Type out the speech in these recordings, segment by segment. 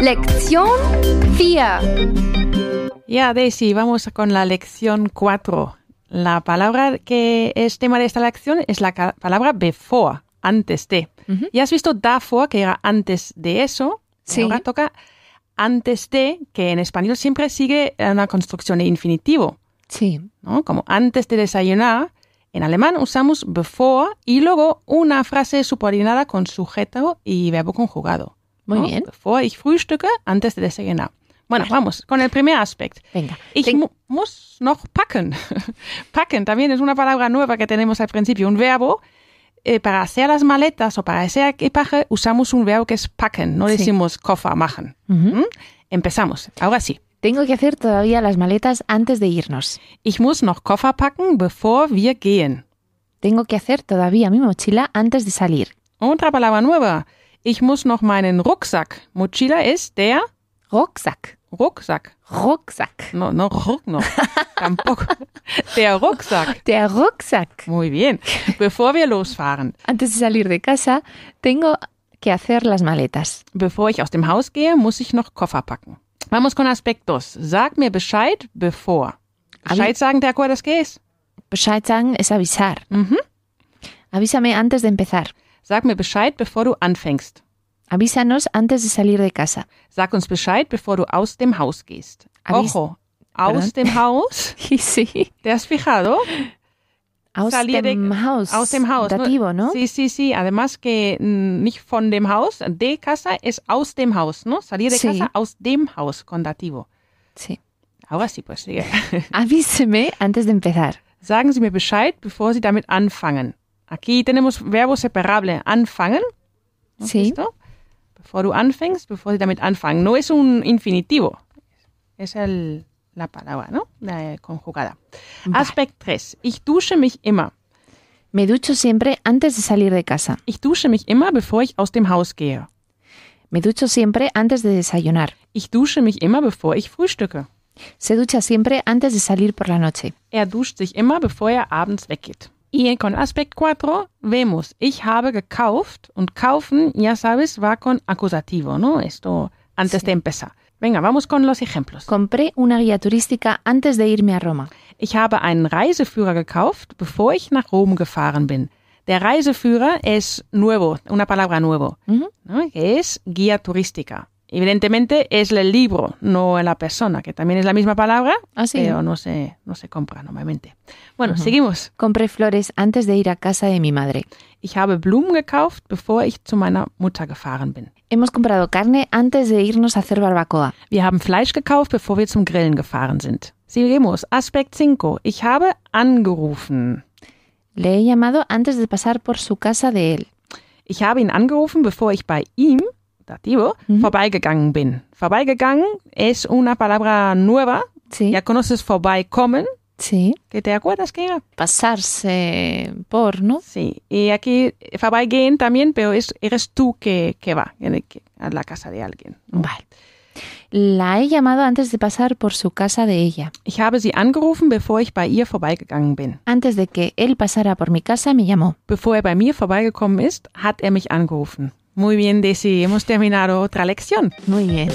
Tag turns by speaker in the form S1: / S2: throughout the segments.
S1: Lección 4.
S2: Ya, Daisy, vamos con la lección 4. La palabra que es tema de esta lección es la ca- palabra before, antes de.
S3: Ujú.
S2: Ya has visto davor, que era antes de eso. y
S1: Sí.
S2: Ahora toca antes de, que en español siempre sigue una construcción de infinitivo,
S3: Sí.
S2: ¿no? Como antes de desayunar. En alemán usamos before y luego una frase subordinada con sujeto y verbo conjugado.
S3: Muy
S2: ¿no?
S3: bien.
S2: Bevor ich frühstücke, antes de desayunar. Bueno, vamos con el primer aspecto.
S3: Venga.
S2: Ich
S3: Ten-
S2: mu- muss noch packen. packen también es una palabra nueva que tenemos al principio, un verbo. eh, para hacer las maletas o para hacer equipaje usamos un verbo que es packen, no
S3: Sí.
S2: decimos koffer machen.
S3: Ujú.
S2: ¿Mm? Empezamos, ahora sí.
S3: Tengo que hacer todavía las maletas antes de irnos.
S2: Ich muss noch Koffer packen, bevor wir gehen.
S3: Tengo que hacer todavía mi mochila antes de salir.
S2: Otra palabra nueva. Ich muss noch meinen Rucksack. Mochila es der
S3: Rucksack.
S2: Rucksack.
S3: Rucksack.
S2: No, no, Ruck no. Tampoco. Der Rucksack.
S3: Der Rucksack.
S2: Muy bien. Bevor wir losfahren.
S3: Antes de salir de casa, tengo que hacer las maletas.
S2: Bevor ich aus dem Haus gehe, muss ich noch Koffer packen. Vamos con aspectos. Sag mir Bescheid, bevor.
S3: Abi-
S2: Bescheid sagen, ¿te acuerdas qué es?
S3: Bescheid sagen Pues es avisar.
S2: Ujú.
S3: Avísame antes de empezar.
S2: Sag mir Bescheid, bevor du anfängst.
S3: Avísanos antes de salir de casa.
S2: Sag uns Bescheid, bevor du aus dem Haus gehst.
S3: Avis-
S2: Ojo, aus dem Haus,
S3: Sí, sí.
S2: ¿te has fijado?
S3: Aus
S2: Salir de-
S3: dem Haus.
S2: Aus dem Haus.
S3: Dativo, ¿no?
S2: Sí, sí, sí. Además que mm, nicht von dem Haus, de casa es aus dem Haus, ¿no? Salir de
S3: Sí.
S2: casa aus dem Haus, con dativo.
S3: Sí.
S2: Ahora sí, pues sigue.
S3: Avíseme antes de empezar.
S2: Sagen Sie mir Bescheid, bevor Sie damit anfangen. Aquí tenemos verbo separable. Anfangen. ¿no?
S3: Sí.
S2: ¿Listo? Bevor du anfängst, bevor Sie damit anfangen. No es un infinitivo. Es el, la palabra, ¿no? La eh, conjugada. Aspekt 3. Ich dusche mich immer.
S3: Me ducho siempre antes de salir de casa.
S2: Ich dusche mich immer, bevor ich aus dem Haus gehe.
S3: Me ducho siempre antes de desayunar.
S2: Ich dusche mich immer, bevor ich frühstücke.
S3: Se ducha siempre antes de salir por la noche.
S2: Er duscht sich immer, bevor er abends weggeht. Y con aspect 4 vemos, ich habe gekauft und kaufen, ya sabes, va con acusativo, ¿no? Esto antes
S3: Sí.
S2: de empezar. Venga, vamos con los ejemplos.
S3: Compré una guía turística antes de irme a Roma.
S2: Ich habe einen Reiseführer gekauft, bevor ich nach Rom gefahren bin. Der Reiseführer es nuevo, una palabra nuevo,
S3: Ujú.
S2: ¿no? que es guía turística. Evidentemente es el libro, no la persona, que también es la misma palabra,
S3: Ah, sí.
S2: pero no se, no se compra normalmente. Bueno,
S3: Ujú.
S2: seguimos.
S3: Compré flores antes de ir a casa de mi madre.
S2: Ich habe Blumen gekauft, bevor ich zu meiner Mutter gefahren bin.
S3: Hemos comprado carne antes de irnos a hacer barbacoa.
S2: Wir haben Fleisch gekauft, bevor wir zum Grillen gefahren sind. Seguimos. Aspekt 5. Ich habe angerufen.
S3: Le he llamado antes de pasar por su casa de él.
S2: Ich habe ihn angerufen, bevor ich bei ihm, dativo,
S3: Mhm.
S2: vorbeigegangen bin. Vorbeigegangen es una palabra nueva.
S3: Sí.
S2: Ya conoces vorbeikommen.
S3: Sí.
S2: Que te acuerdas que era?
S3: Pasarse por, ¿no?
S2: Sí. Y aquí eh, vorbeigehen también, pero es, eres tú que, que va eh, que- a la casa de alguien.
S3: Vale. La he llamado antes de pasar por su casa de ella.
S2: Ich habe sie angerufen, bevor ich bei ihr vorbeigegangen bin.
S3: Antes de que él pasara por mi casa, me llamó.
S2: Bevor er bei mir vorbeigekommen ist, hat er mich angerufen. Muy bien, Desi. Hemos terminado otra lección.
S3: Muy bien.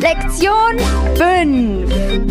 S1: Lección 5.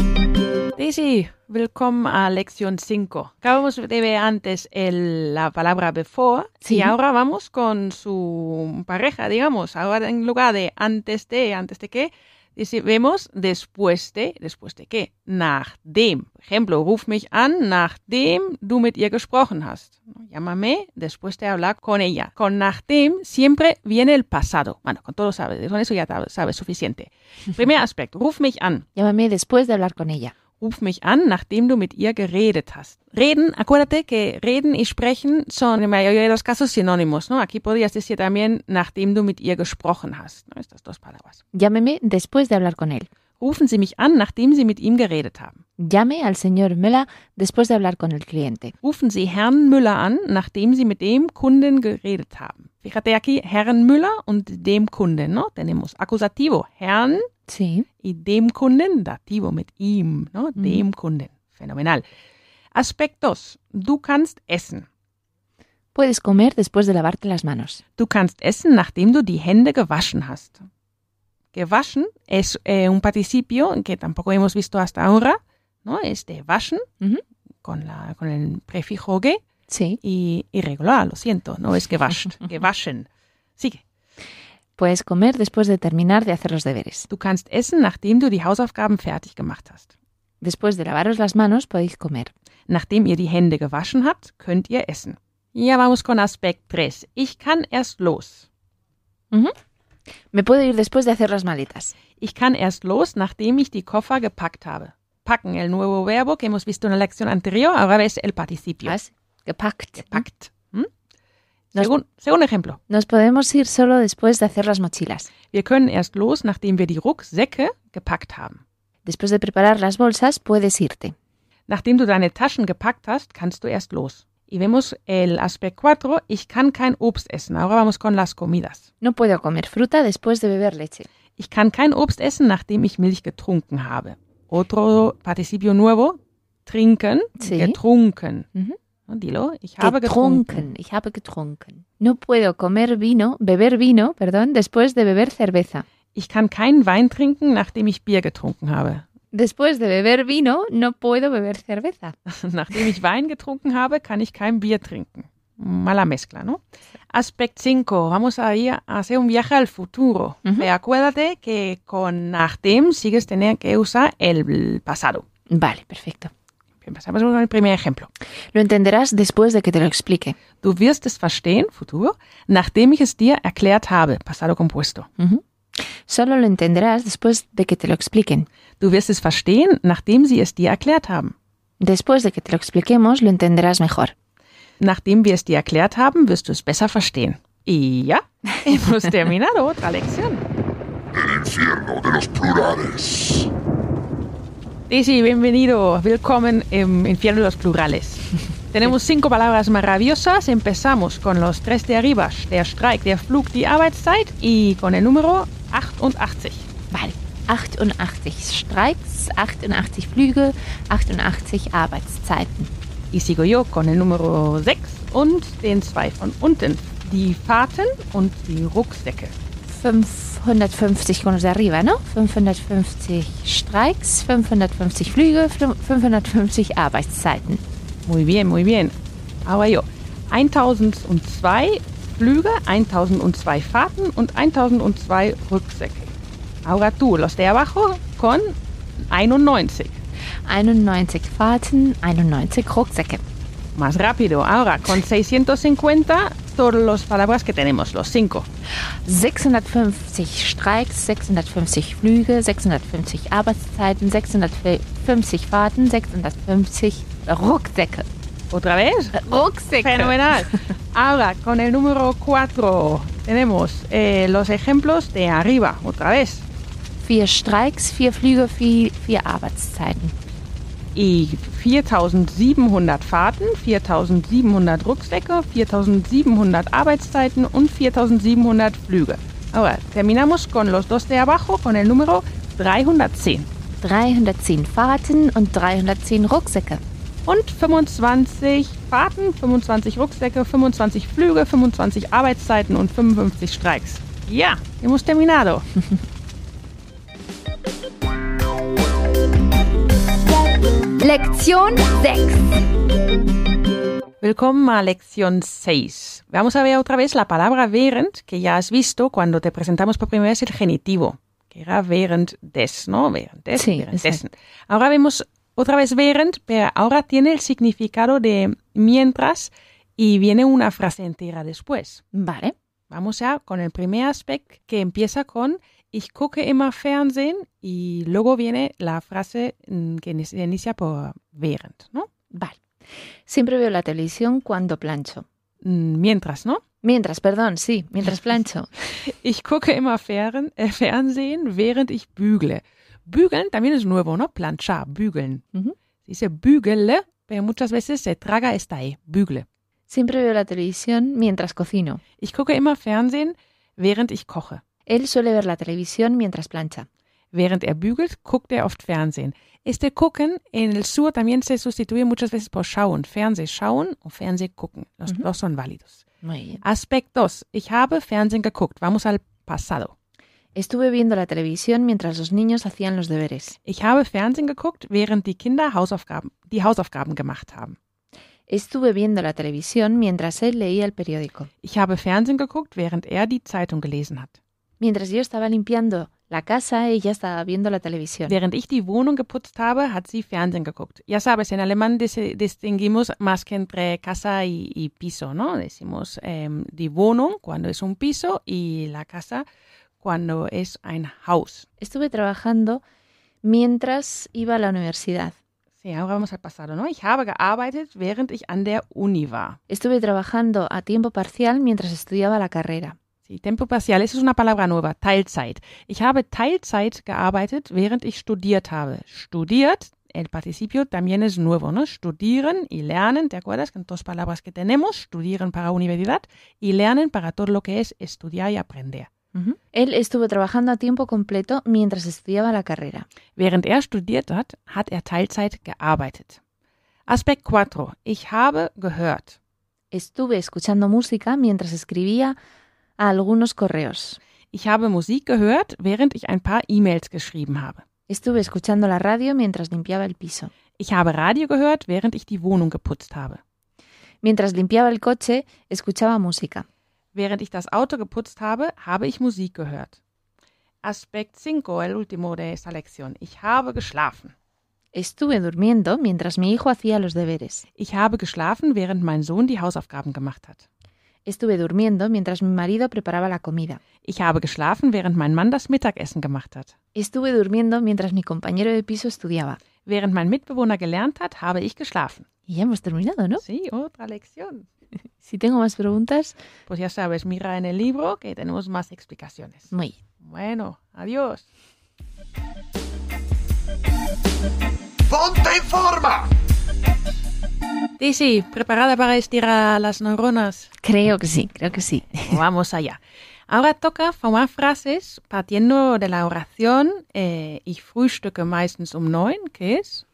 S2: Desi, willkommen a lección 5. Acabamos de ver antes el- la palabra before
S3: Sí.
S2: y ahora vamos con su pareja, digamos. Ahora en lugar de antes de, antes de qué, dice, vemos después de, después de qué, nachdem. Por ejemplo, ruf mich an, nachdem du mit ihr gesprochen hast. Llámame después de hablar con ella. Con nachdem siempre viene el pasado. Bueno, con todo sabes, con eso ya sabes, sabes suficiente. Primer aspecto, ruf mich an.
S3: Llámame después de hablar con ella.
S2: Ruf mich an, nachdem du mit ihr geredet hast. Reden, acuérdate que reden y sprechen son en la mayoría de los casos sinónimos, ¿no? Aquí podrías decir también, nachdem du mit ihr gesprochen hast. ¿no? Estas dos palabras.
S3: Llámeme después de hablar con él.
S2: Rufen Sie mich an, nachdem Sie mit ihm geredet haben.
S3: Llame al señor Mela después de hablar con el cliente.
S2: Rufen Sie Herrn Müller an, nachdem Sie mit dem Kunden geredet haben. Fíjate aquí, Herrn Müller und dem Kunden, ¿no? Tenemos acusativo, Herrn
S3: Sí.
S2: y dem Kunden, dativo mit ihm, ¿no? Dem Kunden. Fenomenal. Aspekt 2. Du kannst essen.
S3: Puedes comer después de lavarte las manos.
S2: Du kannst essen, nachdem du die Hände gewaschen hast. Gewaschen es eh, un participio que tampoco hemos visto hasta ahora, ¿no? Es de waschen
S3: Ujú.
S2: con, la, con el prefijo ge
S3: Sí.
S2: y irregular, lo siento, no es gewascht, gewaschen. Sigue.
S3: Puedes comer después de terminar de hacer los deberes.
S2: Du kannst essen, nachdem du die Hausaufgaben fertig gemacht hast.
S3: Después de lavaros las manos podéis comer.
S2: Nachdem ihr die Hände gewaschen habt, könnt ihr essen. Ya vamos con aspect 3. Ich kann erst los.
S3: Me puedo ir después de hacer las maletas.
S2: Ich kann erst los, nachdem ich die Koffer gepackt habe. Packen, el nuevo verbo que hemos visto en la lección anterior, ahora es el participio.
S3: ¿Has? Gepackt.
S2: Packt. ¿Mm?
S3: Ah, Das-
S2: Segun- segundo ejemplo.
S3: Nos podemos ir solo después de hacer las mochilas.
S2: Wir können erst los, nachdem wir die Rucksäcke gepackt haben.
S3: Después de preparar las bolsas puedes irte.
S2: Nachdem du deine Taschen gepackt hast, kannst du erst los. Y vemos el aspect 4. Ich kann kein Obst essen. Ahora vamos con las comidas.
S3: No puedo comer fruta después de beber leche.
S2: Ich kann kein Obst essen, nachdem ich Milch getrunken habe. Otro participio nuevo, trinken,
S3: Sí.
S2: getrunken.
S3: Mhm.
S2: No, Dilo, ich habe getrunken.
S3: Ich habe getrunken. No puedo comer vino, beber vino, perdón, después de beber cerveza.
S2: Ich kann keinen Wein trinken, nachdem ich Bier getrunken habe.
S3: Después de beber vino, no puedo beber cerveza.
S2: nachdem ich Wein getrunken habe, kann ich kein Bier trinken. Mala mezcla, ¿no? Aspect 5. Vamos a ir a hacer un viaje al futuro.
S3: Mhm.
S2: Recuérdate que con nachdem sigues tener que usar el pasado.
S3: Vale, perfecto.
S2: Empezamos con el primer ejemplo.
S3: Lo entenderás después de que te lo explique.
S2: Du wirst es verstehen, futuro, nachdem ich es dir erklärt habe, pasado compuesto.
S3: Ujú. Solo lo entenderás después de que te lo expliquen.
S2: Du wirst es verstehen, nachdem sie es dir erklärt haben.
S3: Después de que te lo expliquemos, lo entenderás mejor.
S2: Nachdem wir es dir erklärt haben, wirst du es besser verstehen. Y ya, hemos terminado otra lección.
S4: El infierno de los plurales.
S2: Daisy, bienvenido, willkommen im infierno de los plurales. Tenemos cinco palabras maravillosas. Empezamos con los tres de arriba, der Streik, der Flug, die Arbeitszeit y con el número 88.
S3: Vale. 88 Streiks, 88 Flüge, 88 Arbeitszeiten.
S2: Y sigo yo con el número 6 und den zwei von unten. Die Fahrten und die Rucksäcke.
S3: 550 con los de arriba, ¿no? 550 ne? Streiks, 550 Flüge, 550 Arbeitszeiten.
S2: Muy bien, muy bien. Aber yo. 1002 Flüge, 1002 Fahrten und 1002 Rucksäcke. Ahora tú, los de abajo con 91.
S3: 91 Fahrten, 91 Rucksäcke.
S2: Más rápido, ahora con 650 todos los palabras que tenemos, los cinco.
S3: 650 Streiks, 650 Flüge, 650 Arbeitszeiten, 650 Fahrten, 650 Rucksäcke.
S2: Otra vez.
S3: Rucksäcke.
S2: Fenomenal. Ahora, con el número 4 tenemos eh, los ejemplos de arriba, otra vez.
S3: Vier Streiks, vier Flüge, vier, vier Arbeitszeiten.
S2: Y 4700 Fahrten, 4700 Rucksäcke, 4700 Arbeitszeiten und 4700 Flüge. Ahora, terminamos con los dos de abajo, con el número 310.
S3: 310 Fahrten und 310 Rucksäcke.
S2: Und 25 Fahrten, 25 Rucksäcke, 25 Flüge, 25 Arbeitszeiten und 55 Streiks. Ja, hemos terminado.
S1: Lección 6.
S2: Willkommen a lección 6. Vamos a ver otra vez la palabra während, que ya has visto cuando te presentamos por primera vez el genitivo, que era während des, ¿no? Während des,
S3: Sí,
S2: währenddessen. Ahora vemos otra vez während, pero ahora tiene el significado de mientras y viene una frase entera después.
S3: Vale.
S2: Vamos ya con el primer aspecto que empieza con ich gucke immer Fernsehen y luego viene la frase mm, que se inicia por während, ¿no?
S3: Vale. Siempre veo la televisión cuando plancho.
S2: Mm, Mientras, ¿no?
S3: Mientras, perdón, sí, mientras plancho.
S2: Ich gucke immer Fern äh, Fernsehen, während ich bügle. Bügeln también es nuevo, ¿no? Planchar, bügeln.
S3: Mhm.
S2: Dice bügele, pero muchas veces se traga esta E, bügle.
S3: Siempre veo la televisión mientras cocino.
S2: Ich gucke immer Fernsehen, während ich koche.
S3: Él suele ver la televisión mientras plancha.
S2: Während er bügelt, guckt er oft Fernsehen. Este gucken en el sur también se sustituye muchas veces por schauen. Fernseh schauen o Fernseh gucken. Los
S3: Ujú.
S2: dos son válidos.
S3: Muy bien.
S2: Aspectos. Ich habe Fernsehen geguckt. Vamos al pasado.
S3: Estuve viendo la televisión mientras los niños hacían los deberes.
S2: Ich habe Fernsehen geguckt, während die Kinder Hausaufgaben, die Hausaufgaben gemacht haben.
S3: Estuve viendo la televisión mientras él leía el periódico.
S2: Ich habe Fernsehen geguckt, während er die Zeitung gelesen hat.
S3: Mientras yo estaba limpiando la casa, ella estaba viendo la televisión.
S2: Während ich die Wohnung geputzt habe, hat sie Fernsehen geguckt. Ya sabes, en alemán dis- distinguimos más que entre casa y, y piso, ¿no? Decimos em, die Wohnung cuando es un piso y la casa cuando es ein Haus.
S3: Estuve trabajando mientras iba a la universidad.
S2: Sí, ahora vamos al pasado, ¿no? Ich habe gearbeitet, während ich an der Uni war.
S3: Estuve trabajando a tiempo parcial mientras estudiaba la carrera.
S2: Sí, Tempo parcial, eso es una palabra nueva, Teilzeit. Ich habe Teilzeit gearbeitet, während ich studiert habe. Studiert, el participio también es nuevo, ¿no? Studieren y lernen, ¿te acuerdas? Con dos palabras que tenemos, studieren para universidad y lernen para todo lo que es estudiar y aprender.
S3: Él estuvo trabajando a tiempo completo mientras estudiaba la carrera.
S2: Während er studiert hat, hat er Teilzeit gearbeitet. Aspekt 4. Ich habe gehört.
S3: Estuve escuchando música mientras escribía a algunos correos.
S2: Ich habe Musik gehört, während ich ein paar E-Mails geschrieben habe.
S3: Estuve escuchando la radio mientras limpiaba el piso.
S2: Ich habe Radio gehört, während ich die Wohnung geputzt habe.
S3: Mientras limpiaba el coche, escuchaba música.
S2: Während ich das Auto geputzt habe, habe ich Musik gehört. Aspekt 5, el último de esta lección. Ich habe geschlafen.
S3: Estuve durmiendo mientras mi hijo hacía los deberes.
S2: Ich habe geschlafen, während mein Sohn die Hausaufgaben gemacht hat.
S3: Estuve durmiendo mientras mi marido preparaba la comida.
S2: Ich habe geschlafen, während mein Mann das Mittagessen gemacht hat.
S3: Estuve durmiendo mientras mi compañero de piso estudiaba.
S2: Während mein Mitbewohner gelernt hat, habe ich geschlafen.
S3: Y ya hemos terminado, ¿no?
S2: Sí, otra lección.
S3: Si tengo más preguntas,
S2: Pues ya sabes, mira en el libro que tenemos más explicaciones.
S3: muy bien.
S2: Bueno, adiós.
S4: ¡Ponte en forma!
S2: Daisy, ¿preparada para estirar las neuronas?
S3: Creo que sí, creo que sí.
S2: Vamos allá. Ahora toca formar frases partiendo de la oración eh, Ich frühstücke meistens um neun, que es,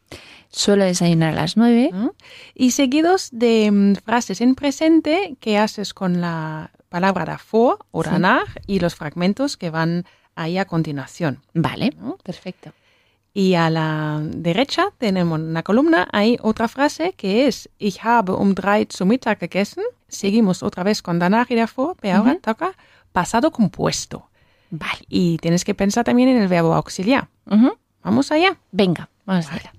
S3: Suelo desayunar a las nueve.
S2: ¿no? y seguidos de mm, frases en presente que haces con la palabra davor o
S3: Sí.
S2: danach y los fragmentos que van ahí a continuación.
S3: Vale,
S2: ¿no?
S3: Mm, perfecto.
S2: Y a la derecha tenemos en la columna, hay otra frase que es Ich habe um drei zu Mittag gegessen. Seguimos otra vez con danach y davor, pero ahora
S3: Ujú.
S2: toca pasado compuesto.
S3: Vale.
S2: Y tienes que pensar también en el verbo auxiliar.
S3: Ujú.
S2: Vamos allá.
S3: Venga, vamos
S2: Vale.
S3: allá.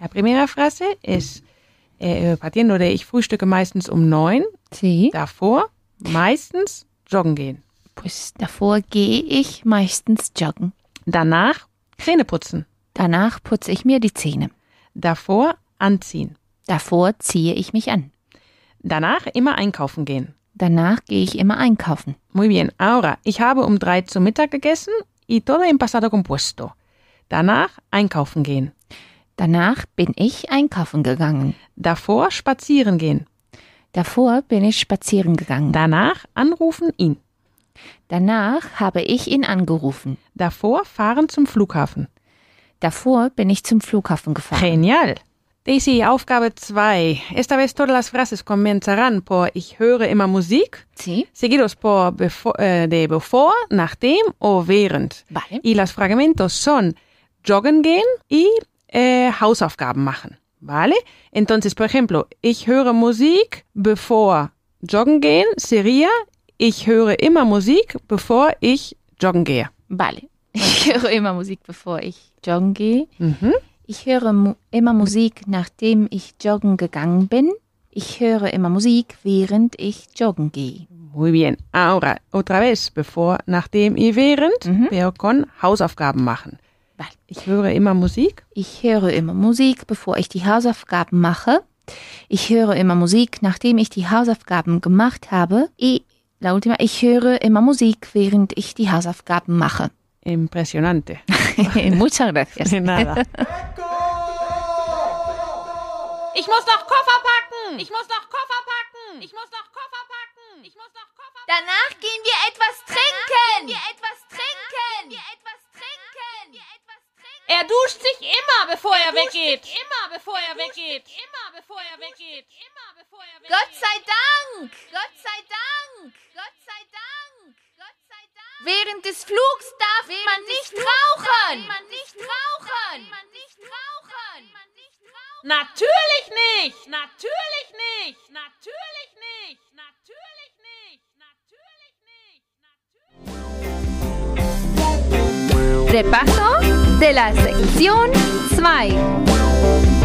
S2: La primera frase es eh, partiendo de ich frühstücke meistens um neun.
S3: Sí.
S2: Davor meistens joggen gehen.
S3: Pues davor gehe ich meistens joggen.
S2: Danach Zähne putzen.
S3: Danach putze ich mir die Zähne.
S2: Davor anziehen.
S3: Davor ziehe ich mich an.
S2: Danach immer einkaufen gehen.
S3: Danach gehe ich immer einkaufen.
S2: Muy bien. Ahora, ich habe um drei zu Mittag gegessen y todo en pasado compuesto. Danach einkaufen gehen.
S3: Danach bin ich einkaufen gegangen.
S2: Davor spazieren gehen.
S3: Davor bin ich spazieren gegangen.
S2: Danach anrufen ihn.
S3: Danach habe ich ihn angerufen.
S2: Davor fahren zum Flughafen.
S3: Davor bin ich zum Flughafen gefahren.
S2: Genial. Daisy, Aufgabe 2. Esta vez todas las frases comenzarán por ich höre immer Musik,
S3: Sí.
S2: seguidos por befo- eh, de bevor, nachdem o während.
S3: Vale.
S2: Y los fragmentos son joggen gehen y eh, Hausaufgaben machen. ¿Vale? Entonces, por ejemplo, ich höre Musik bevor joggen gehen sería ich höre immer Musik bevor ich joggen gehe.
S3: Vale. Ich höre immer Musik, bevor ich joggen gehe.
S2: Mhm.
S3: Ich höre mu immer Musik, nachdem ich joggen gegangen bin. Ich höre immer Musik, während ich joggen gehe.
S2: Muy bien. Ahora, otra vez, bevor, nachdem y während,
S3: Mhm.
S2: wir con Hausaufgaben machen.
S3: Vale.
S2: Ich höre immer Musik.
S3: Ich höre immer Musik, bevor ich die Hausaufgaben mache. Ich höre immer Musik, nachdem ich die Hausaufgaben gemacht habe. Y la última, ich höre immer Musik, während ich die Hausaufgaben mache.
S2: Impresionante.
S3: Muchas gracias.
S2: De nada.
S5: Ich muss noch Koffer packen. Ich muss noch Koffer packen. Ich muss noch Koffer packen. Ich muss noch Koffer packen.
S6: Danach gehen wir etwas trinken. wir etwas trinken. wir etwas trinken.
S5: er weggeht. Immer bevor er weggeht. Immer bevor er weggeht. Immer bevor er weggeht.
S6: Gott sei Dank! Gott sei Dank! Gott sei Dank! Gott sei Dank! Während des Flugs darf man nicht rauchen! Darf man nicht rauchen! Man nicht rauchen! Man nicht rauchen!
S5: Natürlich nicht. Natürlich nicht. Natürlich nicht. Natürlich nicht. Natürlich nicht. Natürlich nicht.
S1: Repaso de la sección 2.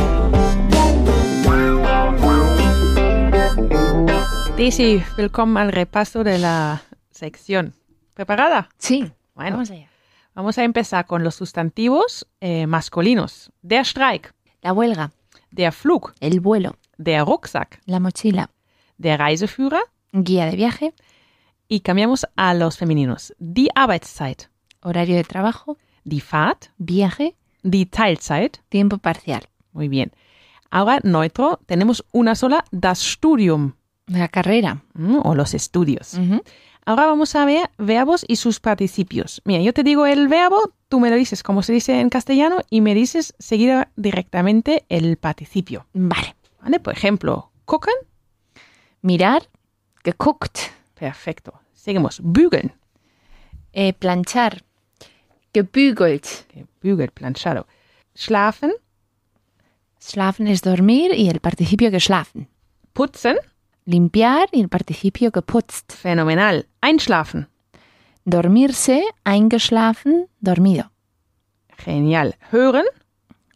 S2: Daisy, willkommen al repaso de la sección. ¿Preparada?
S3: Sí.
S2: Bueno,
S3: Vamos allá.
S2: vamos a empezar con los sustantivos eh, masculinos. Der Streik,
S3: La huelga,
S2: der Flug,
S3: el vuelo,
S2: der Rucksack,
S3: la mochila,
S2: der Reiseführer
S3: guía de viaje,
S2: y cambiamos a los femeninos. Die Arbeitszeit,
S3: horario de trabajo,
S2: die Fahrt,
S3: viaje,
S2: die Teilzeit.
S3: tiempo parcial,
S2: Muy bien. Ahora, neutro, tenemos una sola, das Studium
S3: la carrera.
S2: ¿m? o los estudios.
S3: Ujú.
S2: Ahora vamos a ver verbos y sus participios. Mira, yo te digo el verbo, tú me lo dices como se dice en castellano y me dices seguida directamente el participio.
S3: Vale.
S2: ¿Vale? Por ejemplo, gucken,
S3: Mirar, geguckt,
S2: perfecto. Seguimos, bügeln,
S3: eh, planchar, gebügelt.
S2: que bügel, planchado. Schlafen,
S3: Schlafen es dormir y el participio geschlafen.
S2: putzen,
S3: Limpiar y el participio geputzt.
S2: fenomenal. Einschlafen,
S3: Dormirse, eingeschlafen, dormido.
S2: genial. Hören,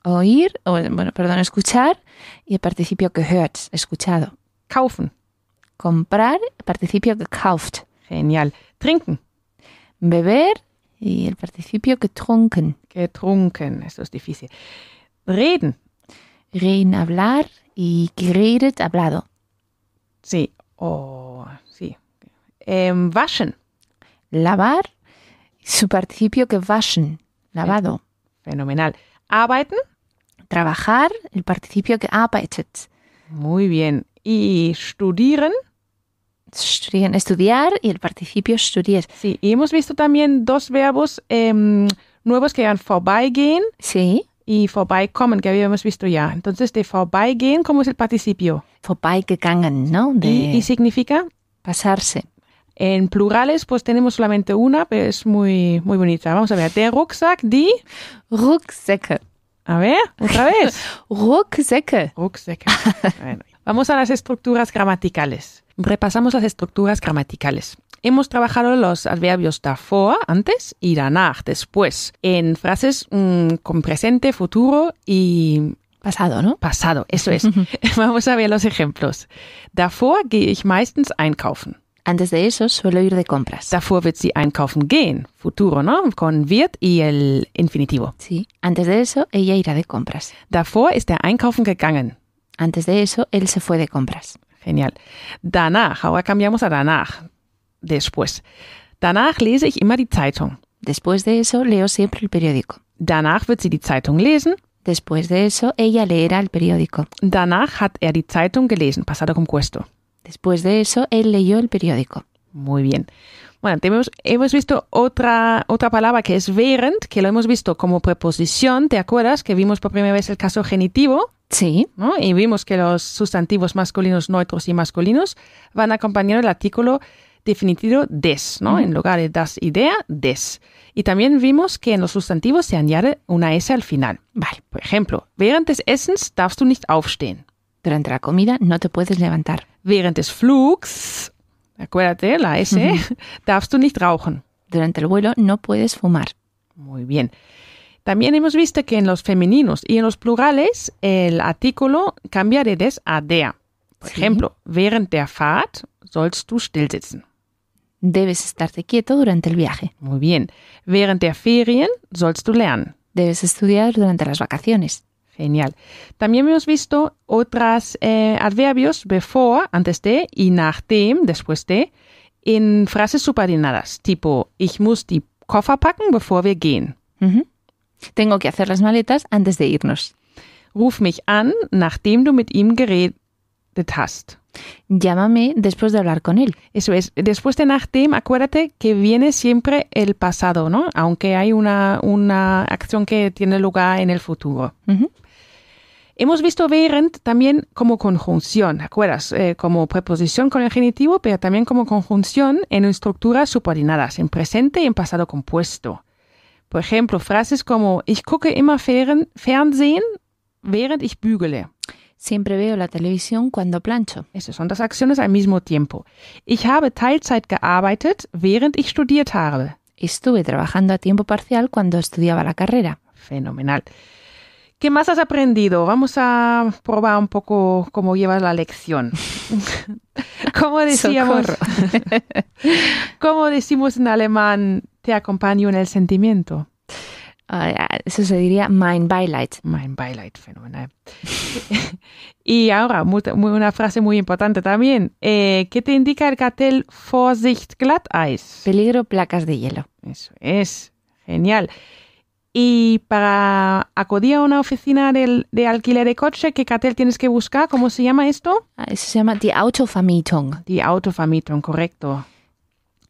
S3: Oír, o, bueno, perdón, escuchar y el participio gehört, escuchado.
S2: kaufen,
S3: Comprar, el participio gekauft.
S2: genial. Trinken,
S3: Beber y el participio getrunken.
S2: getrunken, esto es difícil. Reden,
S3: Reden, hablar y geredet, hablado.
S2: sí, oh, sí. Em, waschen,
S3: Lavar, su participio gewaschen, lavado.
S2: fenomenal. Arbeiten,
S3: Trabajar, el participio ah, gearbeitet.
S2: Muy bien. Y studieren.
S3: Studieren, estudiar y el participio studiert.
S2: Sí, y hemos visto también dos verbos em, nuevos que eran vorbeigehen
S3: Sí,
S2: y vorbeikommen, que habíamos visto ya. Entonces, de vorbeigehen, ¿cómo es el participio?
S3: vorbeigegangen, ¿no? De
S2: Y, y significa,
S3: pasarse.
S2: en plurales, pues tenemos solamente una, pero es muy, muy bonita. Vamos a ver. Der Rucksack, die.
S3: Rucksäcke.
S2: A ver, otra vez.
S3: Rucksäcke.
S2: Rucksäcke. Bueno, Vamos a las estructuras gramaticales. Repasamos las estructuras gramaticales. Hemos trabajado los adverbios davor, antes, y danach, después, en frases mm, con presente, futuro y
S3: Pasado, ¿no?
S2: pasado. Eso es. Vamos a ver los ejemplos. Davor gehe ich meistens einkaufen.
S3: Antes de eso suelo ir de compras.
S2: Davor wird sie einkaufen gehen. Futuro, ¿no? Con wird y el infinitivo.
S3: Sí, antes de eso ella irá de compras.
S2: Davor ist er einkaufen gegangen.
S3: Antes de eso él se fue de compras.
S2: Genial. Danach, ahora cambiamos a danach. Después. Danach lese ich immer die Zeitung.
S3: Después de eso leo siempre el periódico.
S2: Danach wird sie die Zeitung lesen.
S3: Después de eso ella leerá el periódico.
S2: Danach hat er die Zeitung gelesen. Pasado compuesto.
S3: Después de eso él leyó el periódico.
S2: Muy bien. Bueno, tenemos, hemos visto otra, otra palabra que es während, que lo hemos visto como preposición. ¿Te acuerdas que vimos por primera vez el caso genitivo?
S3: Sí,
S2: ¿no? Y vimos que los sustantivos masculinos, neutros y masculinos van acompañando el artículo definitivo des, ¿no? En lugar de das idea, des. Y también vimos que en los sustantivos se añade una S al final.
S3: vale.
S2: Por ejemplo, während des Essens darfst du nicht aufstehen.
S3: Durante la comida no te puedes levantar.
S2: Während des Flugs, acuérdate, la S, darfst du nicht rauchen.
S3: Durante el vuelo no puedes fumar.
S2: Muy bien. También hemos visto que en los femeninos y en los plurales el artículo cambia de des a der. Por
S3: Sí.
S2: ejemplo, während der Fahrt sollst du still sitzen.
S3: Debes estarte quieto durante el viaje.
S2: Muy bien. Während der Ferien sollst du lernen.
S3: Debes estudiar durante las vacaciones.
S2: Genial. También hemos visto otras eh, adverbios before, antes de, y nachdem, después de, en frases subordinadas, tipo ich muss die Koffer packen, bevor wir gehen.
S3: Ujú. Tengo que hacer las maletas antes de irnos.
S2: Ruf mich an, nachdem du mit ihm geredet hast.
S3: Llámame después de hablar con él.
S2: Eso es. Después de nachdem, acuérdate que viene siempre el pasado, ¿no? Aunque hay una, una acción que tiene lugar en el futuro.
S3: Ujú.
S2: Hemos visto während también como conjunción, ¿te acuerdas? Eh, como preposición con el genitivo, pero también como conjunción en estructuras subordinadas, en presente y en pasado compuesto. Por ejemplo, frases como ich gucke immer fern Fernsehen, während ich bügele.
S3: Siempre veo la televisión cuando plancho.
S2: Esas son las acciones al mismo tiempo. Ich habe Teilzeit gearbeitet, während ich studiert habe.
S3: Estuve trabajando a tiempo parcial cuando estudiaba la carrera.
S2: Fenomenal. ¿Qué más has aprendido? Vamos a probar un poco cómo llevas la lección. como decíamos,
S3: Socorro.
S2: como decimos en alemán, te acompaño en el sentimiento.
S3: Ah, ya, eso se diría mein Beileid.
S2: Mein Beileid, fenomenal. y ahora, mu- mu- una frase muy importante también. Eh, ¿Qué te indica el cartel Vorsicht Glatteis?
S3: Peligro placas de hielo.
S2: Eso es, genial. Y para acudir a una oficina del- de alquiler de coche, ¿qué cartel tienes que buscar? ¿Cómo se llama esto?
S3: Ah, Eso se llama die Autovermietung.
S2: Die Autovermietung, correcto.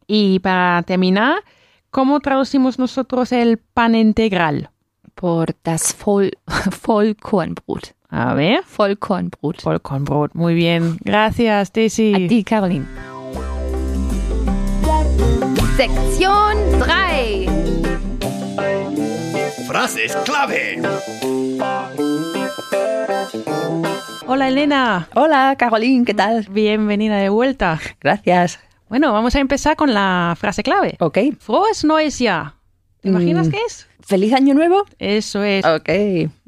S2: Y para terminar, ¿cómo traducimos nosotros el pan integral?
S3: Por das Voll Vollkornbrot.
S2: A ver,
S3: Vollkornbrot.
S2: Vollkornbrot, muy bien. Gracias, Daisy.
S3: A ti, Caroline.
S1: Sección 3.
S7: Frases clave.
S2: Hola Elena,
S8: Hola, Caroline, ¿qué tal?
S2: bienvenida de vuelta.
S8: Gracias.
S2: Bueno, vamos a empezar con la frase clave.
S8: Ok.
S2: Frohes Neues Jahr. ¿Te imaginas
S8: Mm.
S2: qué es?
S8: ¿Feliz año nuevo?
S2: Eso es.
S8: Ok.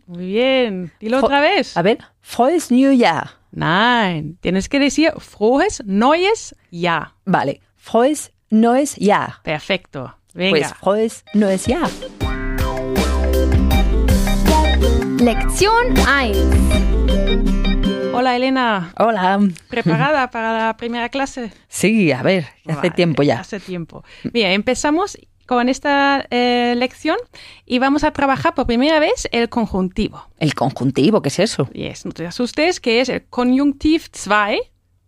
S2: Muy bien. Dilo
S8: Fro-
S2: otra vez.
S8: A ver, Frohes New Year.
S2: Nein, tienes que decir Frohes Neues Jahr.
S8: Vale, Frohes Neues Jahr.
S2: Perfecto.
S8: Pues
S2: Venga.
S8: Frohes Neues Jahr.
S1: Lección 1.
S2: Pues, Hola Elena,
S8: Hola.
S2: ¿preparada para la primera clase?
S8: Sí, a ver, que hace
S2: Vale,
S8: tiempo ya.
S2: Hace tiempo. Bien, empezamos con esta eh, lección y vamos a trabajar por primera vez el conjuntivo.
S8: El conjuntivo, ¿qué es eso?
S2: Yes, no te asustes, que es el Konjunktiv 2,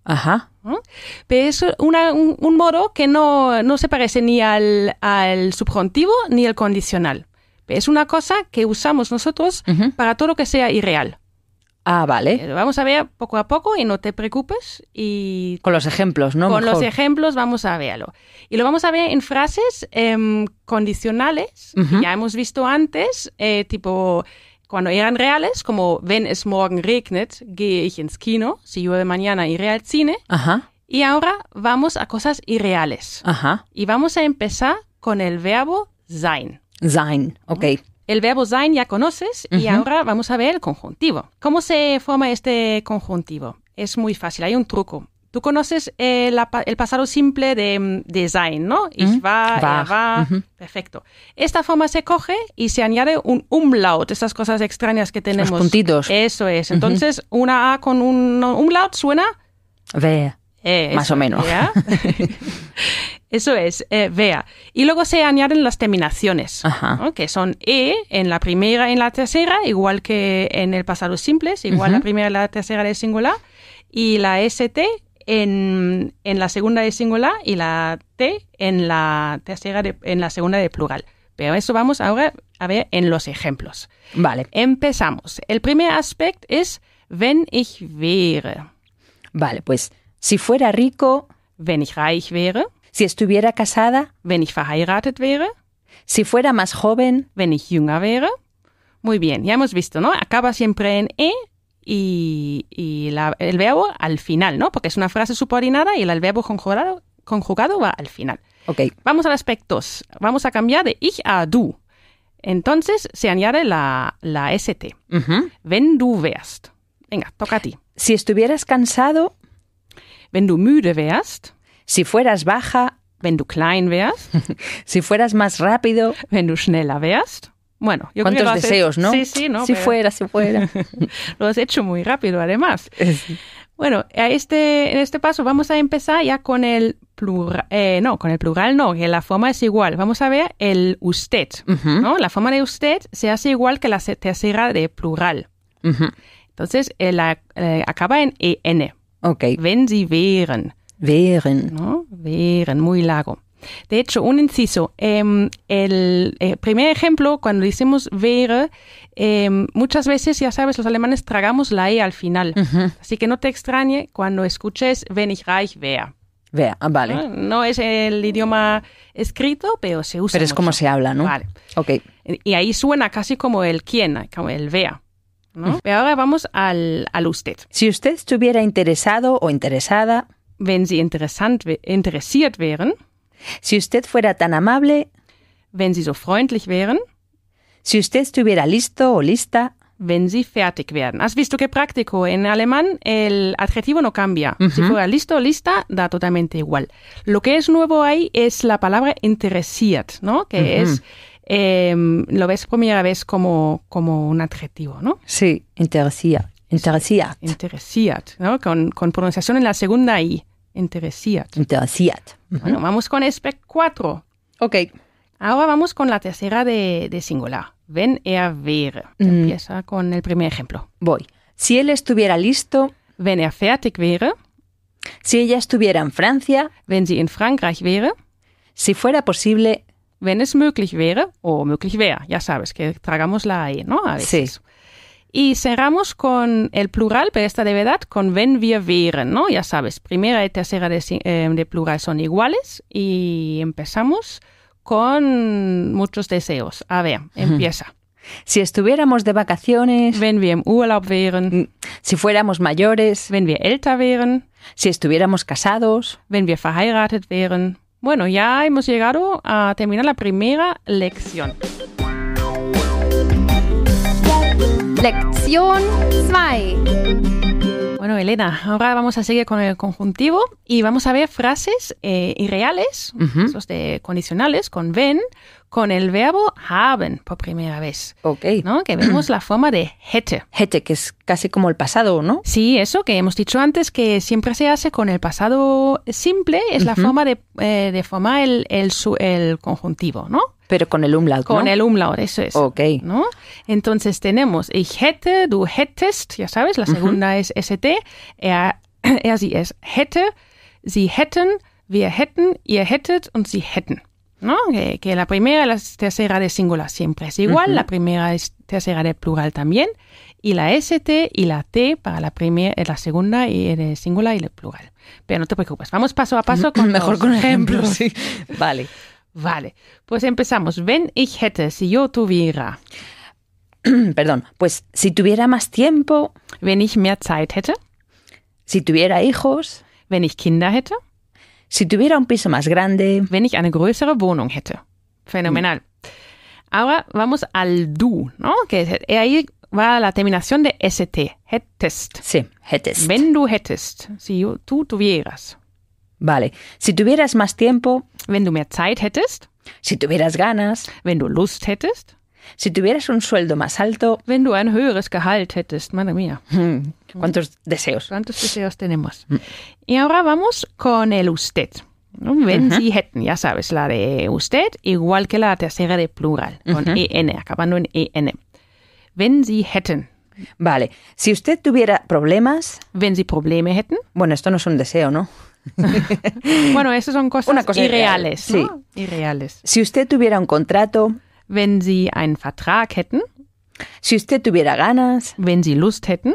S8: Ajá.
S2: pero es una- un, un modo que no, no se parece ni al, al subjuntivo ni al condicional. Es una cosa que usamos nosotros
S8: Ujú.
S2: para todo lo que sea irreal.
S8: Ah, vale.
S2: Eh, Vamos a ver poco a poco y no te preocupes y
S8: Con los ejemplos, ¿no?
S2: con los
S8: Mejor.
S2: ejemplos vamos a verlo. Y lo vamos a ver en frases em, condicionales, que
S8: Ujú.
S2: ya hemos visto antes, eh, tipo cuando eran reales, como wenn es morgen regnet, gehe ich ins Kino, si llueve mañana iré al cine.
S8: Ajá,
S2: Y ahora vamos a cosas irreales.
S8: ajá.
S2: Y vamos a empezar con el verbo sein.
S8: Sein. Ok.
S2: El verbo sein ya conoces y
S8: Ujú.
S2: ahora vamos a ver el conjuntivo. ¿Cómo se forma este conjuntivo? Es muy fácil, hay un truco. Tú conoces eh, la pa- el pasado simple de, mm, de sein, ¿no? Ich
S8: Mhm.
S2: war, er
S8: War.
S2: war.
S8: Mhm.
S2: Perfecto. Esta forma se coge y se añade un umlaut, esas cosas extrañas que tenemos. e.
S8: puntitos.
S2: Eso es. Entonces, una A con un umlaut suena...
S8: Ve.
S2: eh,
S8: Más
S2: eso,
S8: o menos.
S2: ¿ya? Eso es, eh, vea. Y luego se añaden las terminaciones.
S8: Ajá.
S2: ¿no? que son E en la primera y en la tercera, igual que en el pasado simples, igual la primera y la tercera de singular, y la ST en, en la segunda de singular y la T en la tercera de- en la segunda de plural. Pero eso vamos ahora a ver en los ejemplos.
S8: Vale,
S2: Empezamos. El primer aspecto es wenn ich wäre,
S8: vale. Pues si fuera rico,
S2: wenn ich reich wäre,
S8: si estuviera casada,
S2: wenn ich verheiratet wäre,
S8: si fuera más joven,
S2: wenn ich jünger wäre. Muy bien, ya hemos visto, ¿no? Acaba siempre en E y, y la- el verbo al final, ¿no? Porque es una frase subordinada y el verbo conjugado, conjugado va al final.
S8: ok.
S2: Vamos al aspecto 2. Vamos a cambiar de ich a du. Entonces se añade la, la ST.
S8: Ujú.
S2: Wenn du wärst. Venga, toca a ti.
S8: Si estuvieras cansado,
S2: Wenn du müde wärst.
S8: si fueras baja,
S2: Wenn du klein wärst.
S8: si fueras más rápido.
S2: Wenn du schneller wärst. Bueno, yo creo que lo
S8: ¿Cuántos
S2: has hecho-
S8: deseos, no?
S2: Sí, sí, ¿no?
S8: Si
S2: Pero-
S8: fuera, si fuera.
S2: Lo has hecho muy rápido, además. Bueno, a este, en este paso vamos a empezar ya con el plural. eh, no, con el plural no, que la forma es igual. Vamos a ver el usted.
S8: Ujú,
S2: ¿no? La forma de usted se hace igual que la se- tercera de plural.
S8: ujú.
S2: Entonces, eh, la, eh, acaba en EN.
S8: Ok.
S2: Wenn sie wären.
S8: Wären.
S2: ¿no? Wären, muy largo. De hecho, un inciso. em, el eh, primer ejemplo, cuando decimos wäre, em, muchas veces, ya sabes, los alemanes tragamos la E al final. Así que no te extrañe cuando escuches wenn ich reich wäre.
S8: Vea, ah, vale.
S2: ¿no? No es el idioma escrito, pero se usa.
S8: Pero es como
S2: mucho.
S8: se habla, ¿no?
S2: Vale.
S8: Ok.
S2: Y ahí suena casi como el quien, como el vea. ¿no? Pero ahora vamos al, al usted.
S8: Si usted estuviera interesado o interesada,
S2: Wenn Sie interessant, we- interessiert wären,
S8: si usted fuera tan amable,
S2: wenn Sie so freundlich wären,
S8: si usted estuviera listo o lista,
S2: wenn Sie fertig wären. Has visto que práctico. En alemán el adjetivo no cambia. Si fuera listo o lista, da totalmente igual. Lo que es nuevo ahí es la palabra interessiert, ¿no? Que es, em, lo ves por primera vez como, como un adjetivo, ¿no?
S8: sí, interesía, interesiert,
S2: Interessiert, ¿no? Con, con pronunciación en la segunda I. Interessiert.
S8: interesiert.
S2: Bueno, vamos con aspect 4.
S8: Ok.
S2: Ahora vamos con la tercera de, de singular. Wenn er wäre. Empieza con el primer ejemplo.
S8: Voy. Si él estuviera listo,
S2: Wenn er fertig wäre,
S8: si ella estuviera en Francia,
S2: wenn sie in Frankreich wäre,
S8: si fuera posible,
S2: wenn es möglich wäre o möglich wäre. Ya sabes que tragamos la E, ¿no? A veces. Y cerramos con el plural, pero esta de verdad, con wenn wir wären, ¿no? Ya sabes, primera y tercera de, si- eh, de plural son iguales y empezamos con muchos deseos. A ver, empieza.
S8: si estuviéramos de vacaciones,
S2: Wenn wir im Urlaub wären,
S8: si fuéramos mayores,
S2: wenn wir älter wären,
S8: si estuviéramos casados,
S2: wenn wir verheiratet wären. Bueno, ya hemos llegado a terminar la primera lección.
S1: Lektion 2.
S2: Bueno, Elena, ahora vamos a seguir con el conjuntivo y vamos a ver frases eh, irreales, esos de condicionales, con wenn, con el verbo haben por primera vez,
S8: ok.
S2: ¿no? Que vemos la forma de hätte.
S8: Hete, que es casi como el pasado, ¿no?
S2: Sí, eso que hemos dicho antes, que siempre se hace con el pasado simple, es la forma de, eh, de formar el, el su- el conjuntivo, ¿no?
S8: Pero con el umlaut,
S2: Con
S8: ¿no?
S2: el umlaut, eso es.
S8: Ok.
S2: ¿no? Entonces tenemos ich hätte, du hättest, ya sabes, la segunda es ST, er, er, sie, es hätte, sie hätten, wir hätten, ihr hättet und sie hätten. ¿No? Que, que la primera y la tercera de singular siempre es igual, la primera y tercera de plural también, y la ST y la T para la primera, la segunda y de singular y de plural. Pero no te preocupes, vamos paso a paso con
S8: Mm, Mejor
S2: los
S8: con ejemplos, sí. Vale.
S2: Vale, pues empezamos. Wenn ich hätte, si yo tuviera,
S8: Perdón. Pues si tuviera más tiempo,
S2: wenn ich mehr Zeit hätte,
S8: si tuviera hijos,
S2: wenn ich Kinder hätte,
S8: si tuviera un piso más grande,
S2: wenn ich eine größere Wohnung hätte. Phänomenal. Ahora vamos al du, ¿no? Que es- ahí va la terminación de st, hättest.
S8: sí, hetes.
S2: Wenn du hättest, si yo- tú tuvieras,
S8: Vale. Si tuvieras más tiempo,
S2: wenn du mehr Zeit hättest,
S8: si tuvieras ganas,
S2: wenn du Lust hättest,
S8: si tuvieras un sueldo más alto,
S2: wenn du ein höheres Gehalt hättest, madre mía.
S8: mm, ¿cuántos deseos?
S2: ¿Cuántos deseos tenemos? Y ahora vamos con el usted. ¿no? Wenn Sie hätten, ya sabes, la de usted, igual que la tercera de plural, con EN, acabando en EN. Wenn Sie hätten,
S8: Vale. Si usted tuviera problemas,
S2: wenn Sie Probleme hätten.
S8: bueno, esto no es un deseo, ¿no?
S2: Bueno, esas son cosas
S8: Una cosa
S2: irreales.
S8: irreal,
S2: ¿no? Irreales.
S8: Si usted tuviera un contrato,
S2: Wenn Sie einen Vertrag hätten,
S8: si usted tuviera ganas,
S2: wenn Sie Lust hätten.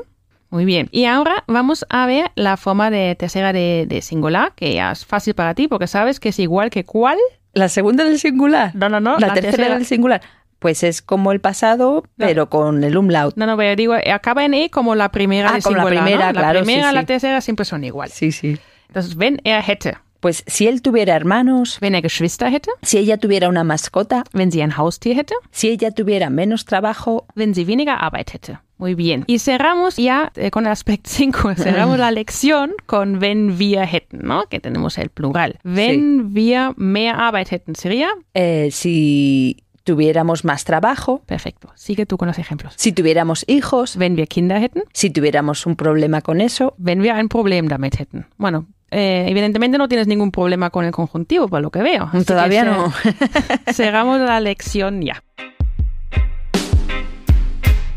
S2: Muy bien. Y ahora vamos a ver la forma de tercera de, de singular, que ya es fácil para ti porque sabes que es igual que cuál.
S8: la segunda del singular.
S2: No, no, no,
S8: La,
S2: la
S8: tercera,
S2: tercera.
S8: del singular. Pues es como el pasado, pero con el umlaut.
S2: No, no, pero digo, eh, acaba en E como la primera
S8: Ah,
S2: de
S8: como la
S2: singular, ¿no?
S8: primera, claro,
S2: La
S8: sí,
S2: primera, la
S8: sí.
S2: tercera siempre son iguales.
S8: Sí, sí.
S2: Entonces, wenn er hätte,
S8: Pues si él tuviera hermanos,
S2: wenn er Geschwister hätte,
S8: si ella tuviera una mascota,
S2: wenn sie ein Haustier hätte,
S8: si ella tuviera menos trabajo,
S2: wenn sie weniger Arbeit hätte. Muy bien. Y cerramos ya eh, con el aspecto 5, cerramos la lección con wenn wir hätten, ¿no? Que tenemos el plural. Wenn wir mehr Arbeit hätten, sería
S8: eh, si tuviéramos más trabajo,
S2: perfecto. Sigue tú con los ejemplos.
S8: si tuviéramos hijos,
S2: Wenn wir Kinder hätten,
S8: si tuviéramos un problema con eso,
S2: wenn wir ein Problem damit hätten. Bueno, eh, evidentemente no tienes ningún problema con el conjuntivo, por lo que veo. Así que
S8: todavía
S2: se-
S8: no.
S2: Cerramos la lección ya.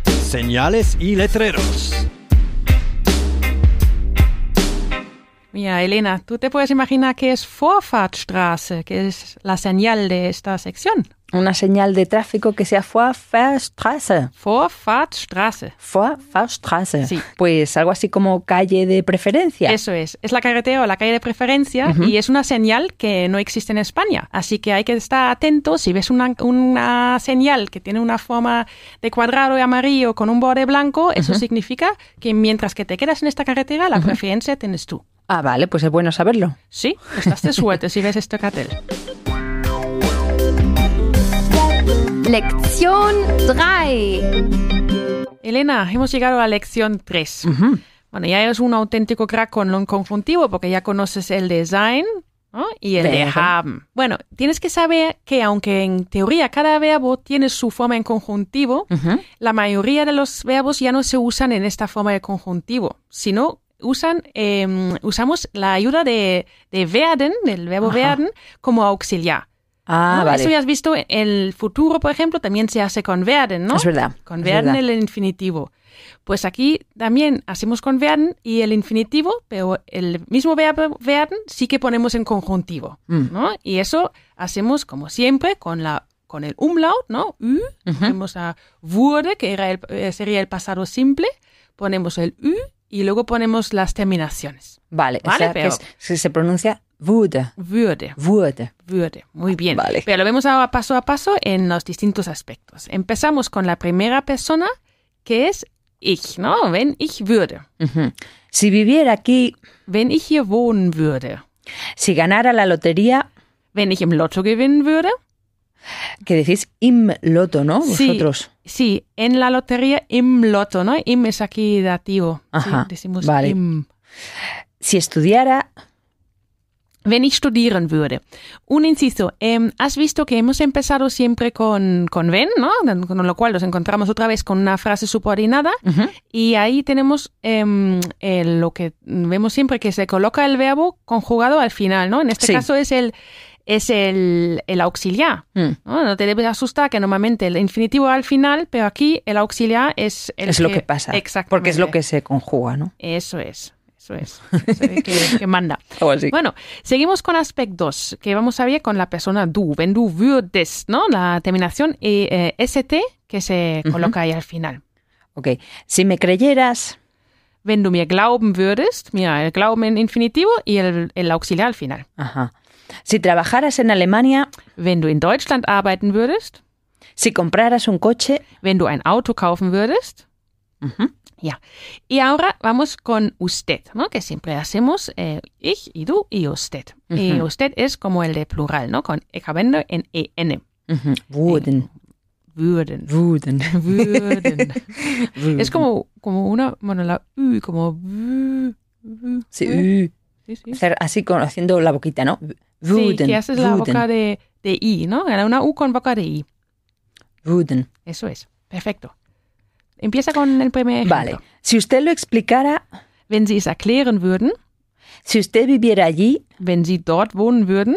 S7: Señales y letreros.
S2: Mira, Elena, tú te puedes imaginar que es Vorfahrtstraße, que es la señal de esta sección.
S8: Una señal de tráfico que sea Vorfahrstraße.
S2: Vorfahrtstraße.
S8: Vorfahrstraße.
S2: Sí.
S8: Pues algo así como calle de preferencia.
S2: Eso es. Es la carretera o la calle de preferencia y es una señal que no existe en España. Así que hay que estar atento. Si ves una, una señal que tiene una forma de cuadrado y amarillo con un borde blanco, eso significa que mientras que te quedas en esta carretera, la preferencia tienes tú.
S8: Ah, vale, pues es bueno saberlo.
S2: Sí, estás de suerte si ves este cartel.
S1: Lektion 3.
S2: Elena, hemos llegado a la lección 3. Bueno, ya eres un auténtico crack con lo conjuntivo porque ya conoces el design ¿no? y el de
S8: Verbo.
S2: haben. Bueno, tienes que saber que aunque en teoría cada verbo tiene su forma en conjuntivo,
S8: Ujú.
S2: la mayoría de los verbos ya no se usan en esta forma de conjuntivo, sino usan, em, usamos la ayuda de, de werden, del verbo
S8: Ajá.
S2: werden, como auxiliar.
S8: Ah,
S2: ¿no?
S8: vale.
S2: Eso ya has visto, el futuro, por ejemplo, también se hace con werden, ¿no?
S8: Es verdad.
S2: Con
S8: es
S2: werden
S8: verdad.
S2: el infinitivo. Pues aquí también hacemos con werden y el infinitivo, pero el mismo verbo werden sí que ponemos en conjuntivo,
S8: Mm.
S2: ¿no? Y eso hacemos como siempre con la con el umlaut, ¿no? Ü, ponemos a wurde, que era el- eh, sería el pasado simple, ponemos el ü y luego ponemos las terminaciones.
S8: Vale, o
S2: Vale,
S8: sea, que
S2: pero-
S8: es- se- se pronuncia würde.
S2: Würde.
S8: Würde.
S2: würde. Muy bien.
S8: Vale.
S2: Pero lo vemos ahora paso a paso en los distintos aspectos. Empezamos con la primera persona, que es ich, ¿no? Wenn ich würde.
S8: Ujú. Si viviera aquí,
S2: Wenn ich hier wohnen würde.
S8: si ganara la lotería,
S2: Wenn ich im Lotto gewinnen würde.
S8: que decís im loto, ¿no?
S2: Sí.
S8: Vosotros.
S2: Sí, en la lotería im Lotto, ¿no? Im es aquí dativo. Sí,
S8: Ajá,
S2: decimos
S8: vale.
S2: im.
S8: Si estudiara,
S2: Wenn ich studieren würde. Un inciso, em, has visto que hemos empezado siempre con, con wenn, ¿no? Con lo cual nos encontramos otra vez con una frase subordinada
S8: ujú,
S2: Y ahí tenemos em, el- lo que vemos siempre, que se coloca el verbo conjugado al final, ¿no? En este
S8: Sí.
S2: caso es el es el, el auxiliar,
S8: mm,
S2: ¿no? No te debes asustar que normalmente el infinitivo va al final, pero aquí el auxiliar es el
S8: es lo que pasa.
S2: Exactamente.
S8: Porque es lo que se conjuga, ¿no?
S2: Eso es, eso es, eso es que, que manda.
S8: O así.
S2: Bueno, seguimos con aspectos que vamos a ver con la persona du, wenn du würdest, ¿no? La terminación eh, eh, ST que se
S8: Ujú.
S2: coloca ahí al final.
S8: Ok. Si me creyeras,
S2: wenn du mir glauben würdest, mira, el glauben en infinitivo y el, el auxiliar al final.
S8: ajá. Si trabajaras en Alemania,
S2: Wenn du in Deutschland arbeiten würdest,
S8: si compraras un coche,
S2: wenn du ein Auto kaufen würdest.
S8: ujú,
S2: Ya. Y ahora vamos con usted, ¿no? Que siempre hacemos eh, ich y du y usted. Y
S8: Ujú.
S2: usted es como el de plural, ¿no? Con acabando en en.
S8: ujú,
S2: Eh,
S8: würden,
S2: Würden.
S8: würden,
S2: Würden.
S8: würden.
S2: es como, como una, bueno, la ü, como vü, vü,
S8: Sí,
S2: vü.
S8: ü,
S2: Sí, sí.
S8: hacer así con- haciendo la boquita, ¿no?
S2: Sí,
S8: Würden,
S2: que haces la
S8: würden,
S2: boca de, de i, ¿no? Era una u con boca de i.
S8: würden.
S2: Eso es. Perfecto. Empieza con el primer ejemplo.
S8: Vale. Si usted lo explicara,
S2: Wenn Sie es erklären würden,
S8: si usted viviera allí,
S2: wenn Sie dort wohnen würden,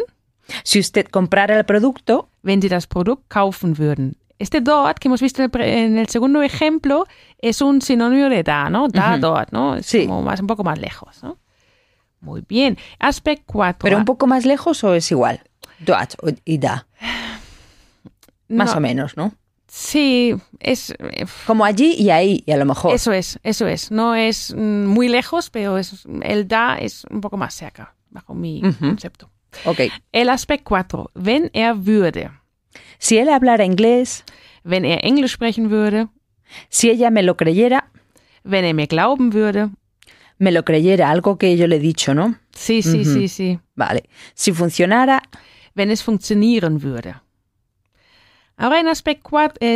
S8: si usted comprara el producto,
S2: wenn Sie das Produkt kaufen würden. Este dort que hemos visto en el, pre- en el segundo ejemplo es un sinónimo de da, ¿no? Da,
S8: Ujú.
S2: dort, ¿no? Es
S8: Sí.
S2: como más, un poco más lejos, ¿no? Muy bien. Aspect 4.
S8: pero un poco más lejos o es igual. Dort o- y da, más o menos, ¿no?
S2: Ah, Sí, es, eh,
S8: Como allí y ahí, y a lo mejor.
S2: eso es, eso es. No es mm, muy lejos, pero es, el da es un poco más cerca, bajo mi
S8: Ujú.
S2: concepto.
S8: Ok.
S2: El aspect 4. Wenn er würde.
S8: Si él hablara inglés,
S2: Wenn er Englisch sprechen würde,
S8: si ella me lo creyera,
S2: wenn er mir glauben würde.
S8: me lo creyera, algo que yo le he dicho, ¿no?
S2: Sí, sí,
S8: Mhm.
S2: sí, sí.
S8: Vale. Si funcionara,
S2: Wenn es funktionieren würde. Ahora en aspect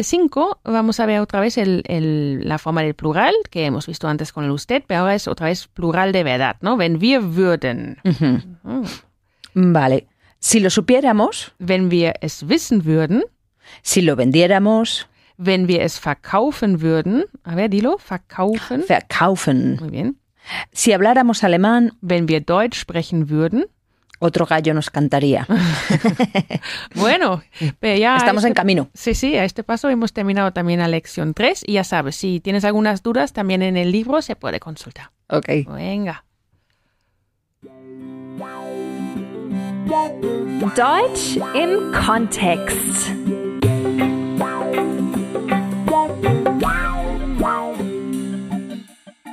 S2: 5 vamos a ver otra vez el- el- la forma del plural que hemos visto antes con el usted, pero ahora es otra vez plural de verdad, ¿no? Wenn wir würden.
S8: ujú,
S2: Ah.
S8: vale. Si lo supiéramos,
S2: Wenn wir es wissen würden.
S8: si lo vendiéramos,
S2: Wenn wir es verkaufen würden. A ver, dilo. Verkaufen.
S8: verkaufen.
S2: Muy bien.
S8: Si habláramos alemán,
S2: Wenn wir Deutsch sprechen würden.
S8: otro gallo nos cantaría.
S2: Bueno, pero ya
S8: Estamos
S2: este-
S8: en camino.
S2: Sí, sí, a este paso hemos terminado también la lección 3 y ya sabes, si tienes algunas dudas también en el libro se puede consultar.
S8: Ok.
S2: Venga.
S7: Deutsch im Kontext.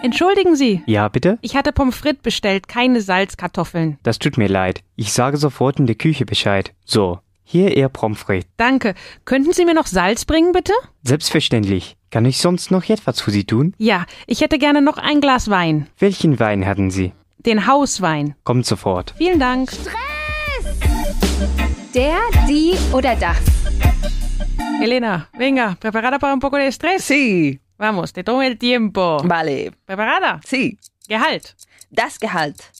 S2: Entschuldigen Sie,
S9: Ja, bitte?
S2: ich hatte Pommes frites bestellt, keine Salzkartoffeln.
S9: Das tut mir leid. Ich sage sofort in der Küche Bescheid. So, hier Ihr Pommes frites.
S2: Danke. Könnten Sie mir noch Salz bringen, bitte?
S9: Selbstverständlich. Kann ich sonst noch etwas für Sie tun?
S2: Ja, ich hätte gerne noch ein Glas Wein.
S9: Welchen Wein hatten Sie?
S2: Den Hauswein.
S9: Kommt sofort.
S2: Vielen Dank.
S7: Der, die oder das.
S2: Elena, venga, preparada para un poco de estrés?
S8: Sí.
S2: Vamos, te tomo el tiempo.
S8: Vale.
S2: Preparada?
S8: Sí.
S2: Gehalt.
S8: Das Gehalt.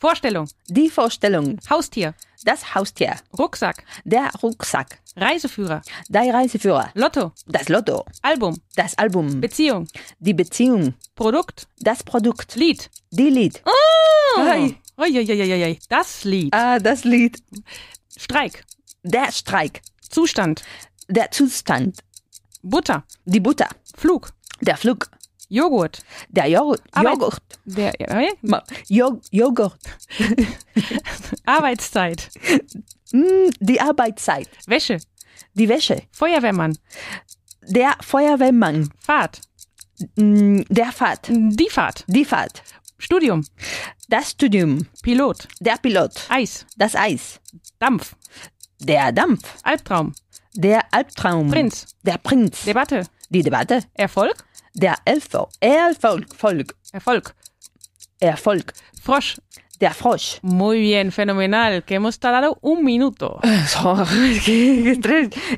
S2: Vorstellung.
S8: Die Vorstellung.
S2: Haustier.
S8: Das Haustier.
S2: Rucksack.
S8: Der Rucksack.
S2: Reiseführer.
S8: Der Reiseführer.
S2: Lotto.
S8: Das Lotto.
S2: Album.
S8: Das Album.
S2: Beziehung.
S8: Die Beziehung.
S2: Produkt.
S8: Das Produkt.
S2: Lied.
S8: Die Lied. Ei.
S2: Uiuiuiui. Das Lied.
S8: Ah, das Lied.
S2: Streik.
S8: Der Streik.
S2: Zustand.
S8: Der Zustand.
S2: Butter.
S8: Die Butter.
S2: Flug.
S8: Der Flug.
S2: Joghurt.
S8: Der Joghurt.
S2: Arbeit.
S8: Joghurt.
S2: Der, äh,
S8: Ma- Jo Joghurt.
S2: Arbeitszeit.
S8: Mm, die Arbeitszeit.
S2: Wäsche.
S8: Die Wäsche.
S2: Feuerwehrmann.
S8: Der Feuerwehrmann.
S2: Fahrt.
S8: Mm, der Fahrt.
S2: Die Fahrt.
S8: Die Fahrt.
S2: Studium.
S8: Das Studium.
S2: Pilot.
S8: Der Pilot.
S2: Eis.
S8: Das Eis.
S2: Dampf.
S8: Der Dampf.
S2: Albtraum.
S8: Der Albtraum.
S2: Prinz.
S8: Der Prinz.
S2: Debatte.
S8: die Debatte.
S2: Erfolg.
S8: Der Erfolg. Erfolg. Volk.
S2: Erfolg.
S8: Erfolg.
S2: Frosch.
S8: Der Frosch.
S2: Muy bien, fenomenal. Que hemos tardado un minuto.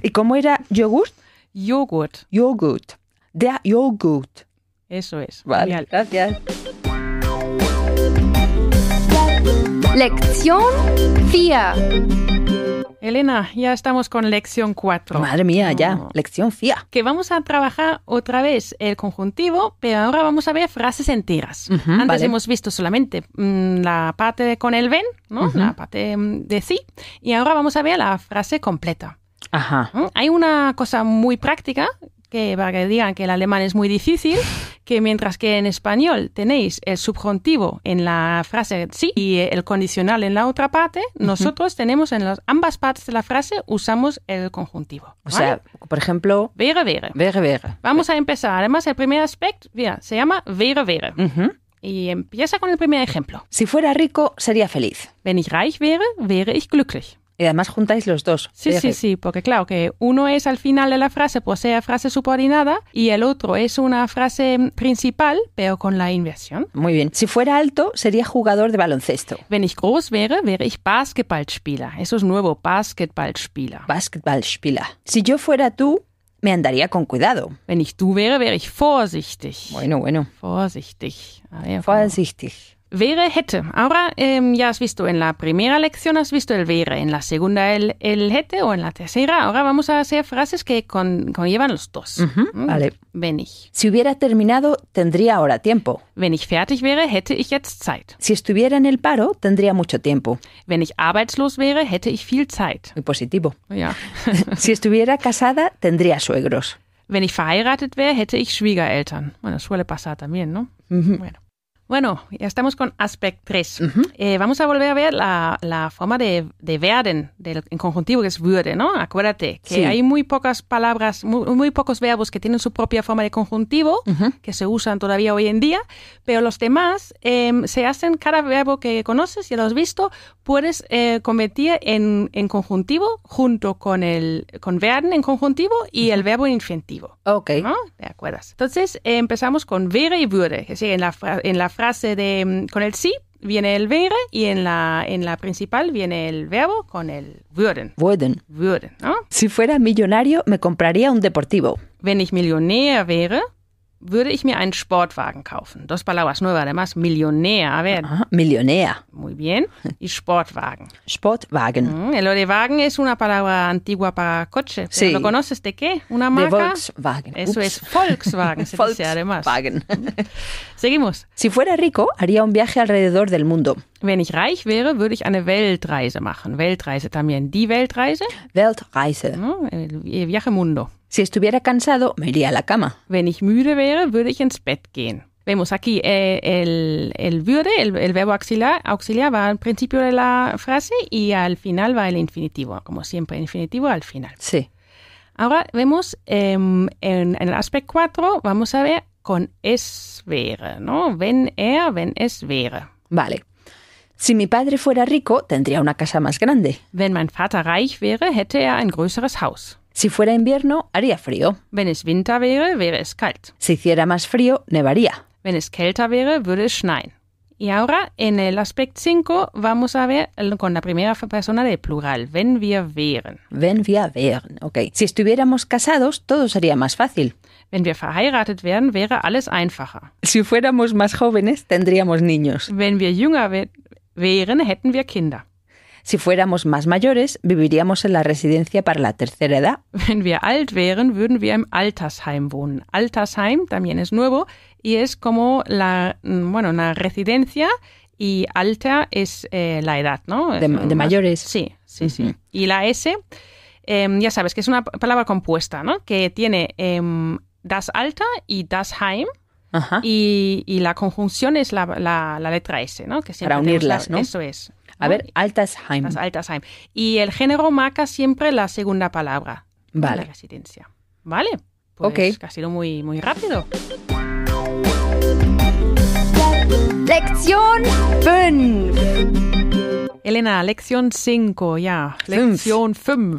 S8: ¿Y cómo era Joghurt?
S2: Joghurt.
S8: Joghurt. Der Joghurt.
S2: Eso es. Genial.
S8: gracias.
S1: Lektion 4.
S2: Elena, ya estamos con lección 4.
S8: Madre mía, ya. Lección FIA.
S2: Que vamos a trabajar otra vez el conjuntivo, pero ahora vamos a ver frases enteras.
S8: Ujú,
S2: Antes
S8: vale.
S2: hemos visto solamente mm, la parte de con el ven, ¿no? La parte mm, de sí, y ahora vamos a ver la frase completa.
S8: Ajá.
S2: ¿Mm? Hay una cosa muy práctica que para que digan que el alemán es muy difícil, que mientras que en español tenéis el subjuntivo en la frase sí y el condicional en la otra parte, nosotros tenemos en las ambas partes de la frase usamos el conjuntivo.
S8: O
S2: ¿vale?
S8: sea, por ejemplo,
S2: wäre wäre.
S8: ver, ver.
S2: Vamos a empezar. Además, el primer aspecto mira, se llama wäre wäre y empieza con el primer ejemplo.
S8: Si fuera rico, sería feliz.
S2: Wenn ich reich wäre, wäre ich glücklich.
S8: Y además juntáis los dos.
S2: Sí,
S8: Ver,
S2: sí,
S8: ver.
S2: sí, porque claro que uno es al final de la frase, posee frase subordinada, y el otro es una frase mm, principal, pero con la inversión.
S8: Muy bien. Si fuera alto, sería jugador de baloncesto.
S2: Wenn ich groß wäre, wäre ich Basketballspieler. Eso es nuevo, Basketballspieler.
S8: Basketballspieler. Si yo fuera tú, me andaría con cuidado.
S2: Wenn ich du wäre, wäre ich vorsichtig.
S8: Bueno, bueno.
S2: Vorsichtig. A ver, ¿cómo?
S8: Vorsichtig.
S2: Wäre, hätte. Ahora em, ya has visto en la primera lección, has visto el wäre, en la segunda el, el hätte o en la tercera. Ahora vamos a hacer frases que con- conllevan los dos. Mm.
S8: vale.
S2: Wenn ich.
S8: Si hubiera terminado, tendría ahora tiempo.
S2: Wenn ich fertig wäre, hätte ich jetzt Zeit.
S8: Si estuviera en el paro, tendría mucho tiempo.
S2: Wenn ich arbeitslos wäre, hätte ich viel Zeit.
S8: Muy positivo.
S2: Ja.
S8: Si estuviera casada, tendría suegros.
S2: Wenn ich verheiratet wäre, hätte ich Schwiegereltern. Bueno, suele pasar también, ¿no? Bueno. Bueno, ya estamos con aspect 3. Eh, vamos a volver a ver la, la forma de, de werden, del, en conjuntivo que es würde, ¿no? Acuérdate que
S8: Sí.
S2: hay muy pocas palabras, muy, muy pocos verbos que tienen su propia forma de conjuntivo, que se usan todavía hoy en día, pero los demás em, se hacen, cada verbo que conoces, ya lo has visto, puedes eh, convertir en, en conjuntivo junto con el, con werden en conjuntivo y el verbo en infinitivo.
S8: Ok.
S2: ¿no? ¿Te acuerdas? Entonces eh, empezamos con wäre y würde. Es decir, en la, fra- en la frase de mm, con el sí viene el wäre y en la, en la principal viene el verbo con el würden.
S8: Pueden.
S2: Würden, ¿no?
S8: Si fuera millonario, me compraría un deportivo.
S2: Wenn ich Millionär wäre, würde ich mir einen Sportwagen kaufen. Dos palabras nuevas, además, Millionär. A ver,
S8: Ajá. Ah, Millonea.
S2: muy bien. Y Sportwagen.
S8: Sportwagen.
S2: Mm, El de Wagen es una palabra antigua para coche. pero
S8: Sí.
S2: ¿Lo conoces de qué? ¿Una
S8: De
S2: marca?
S8: Volkswagen.
S2: Eso
S8: Ups.
S2: es Volkswagen, se dice además.
S8: Volkswagen.
S2: Seguimos.
S8: Si fuera rico, haría un viaje alrededor del mundo.
S2: Wenn ich reich wäre, würde ich eine Weltreise machen. Weltreise también. Die Weltreise,
S8: Weltreise.
S2: ¿no? El viaje mundo.
S8: Si estuviera cansado, me iría a la cama.
S2: Wenn ich müde wäre, würde ich ins Bett gehen. Vemos aquí eh, el, el würde, el, el verbo auxiliar, auxiliar va al principio de la frase y al final va el infinitivo, como siempre, infinitivo al final.
S8: Sí.
S2: Ahora vemos em, en, en el aspecto 4, vamos a ver con es wäre, ¿no? Wenn er, wenn es wäre.
S8: Vale. Si mi padre fuera rico, tendría una casa más grande.
S2: Wenn mein Vater reich wäre, hätte er ein größeres Haus.
S8: Si fuera invierno, haría frío.
S2: Wenn es Winter wäre, wäre es kalt.
S8: Si hiciera más frío, nevaría.
S2: Wenn es kälter wäre, würde es schneien. Y ahora en el aspecto 5 vamos a ver el- con la primera persona del plural, wenn wir wären.
S8: Wenn wir wären. Ok. Si estuviéramos casados, todo sería más fácil.
S2: Wenn wir verheiratet wären, wäre alles einfacher.
S8: Si fuéramos más jóvenes, tendríamos niños.
S2: Wenn wir jünger wär- wären, hätten wir Kinder.
S8: Si fuéramos más mayores, viviríamos en la residencia para la tercera edad.
S2: Wenn wir alt wären, würden wir im Altersheim wohnen. Altersheim también es nuevo y es como la, mm, bueno, una residencia y alta es eh, la edad, ¿no?
S8: De- de
S2: Más-
S8: mayores.
S2: Sí, sí, sí. Y la S, em, ya sabes que es una p- palabra compuesta, ¿no? Que tiene em, das Alter y das Heim
S8: Ajá.
S2: y, y la conjunción es la, la- la letra S, ¿no? Que siempre
S8: Para
S2: tenemos la-
S8: unirlas, ¿no?
S2: Eso es.
S8: A
S2: ¿no?
S8: ver, Altersheim.
S2: Das Altersheim. Y el género marca siempre la segunda palabra. La
S8: Vale.
S2: residencia. Vale. Pues
S8: Ok.
S2: que ha sido muy, muy rápido.
S7: Lektion 5.
S2: Elena, lección 5, ya.
S8: Fünf.
S2: Lección 5.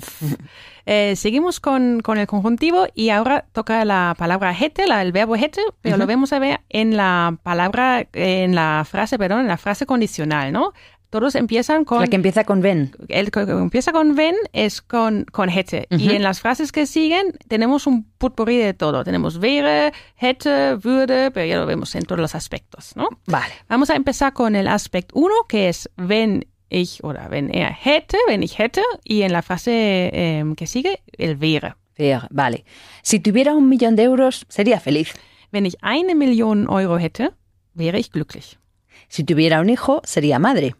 S2: seguimos con, con el conjuntivo y ahora toca la palabra hätte, la, el verbo hätte, pero lo vemos a ver en la palabra, eh, en la frase, perdón, en la frase condicional, ¿no? Todos empiezan con...
S8: La que empieza con Ben.
S2: el que empieza con wenn es con, con hätte. Y en las frases que siguen tenemos un putpourri de todo. Tenemos wäre, hätte, würde, pero ya lo vemos en todos los aspectos, ¿no?
S8: Vale.
S2: Vamos a empezar con el aspecto 1, que es wenn ich oder wenn er hätte, wenn ich hätte. Y en la frase em, que sigue, el wäre.
S8: Wäre, Vale. Si tuviera un millón de euros, sería feliz.
S2: Wenn ich eine Million Euro hätte, wäre ich glücklich.
S8: Si tuviera un hijo, sería madre.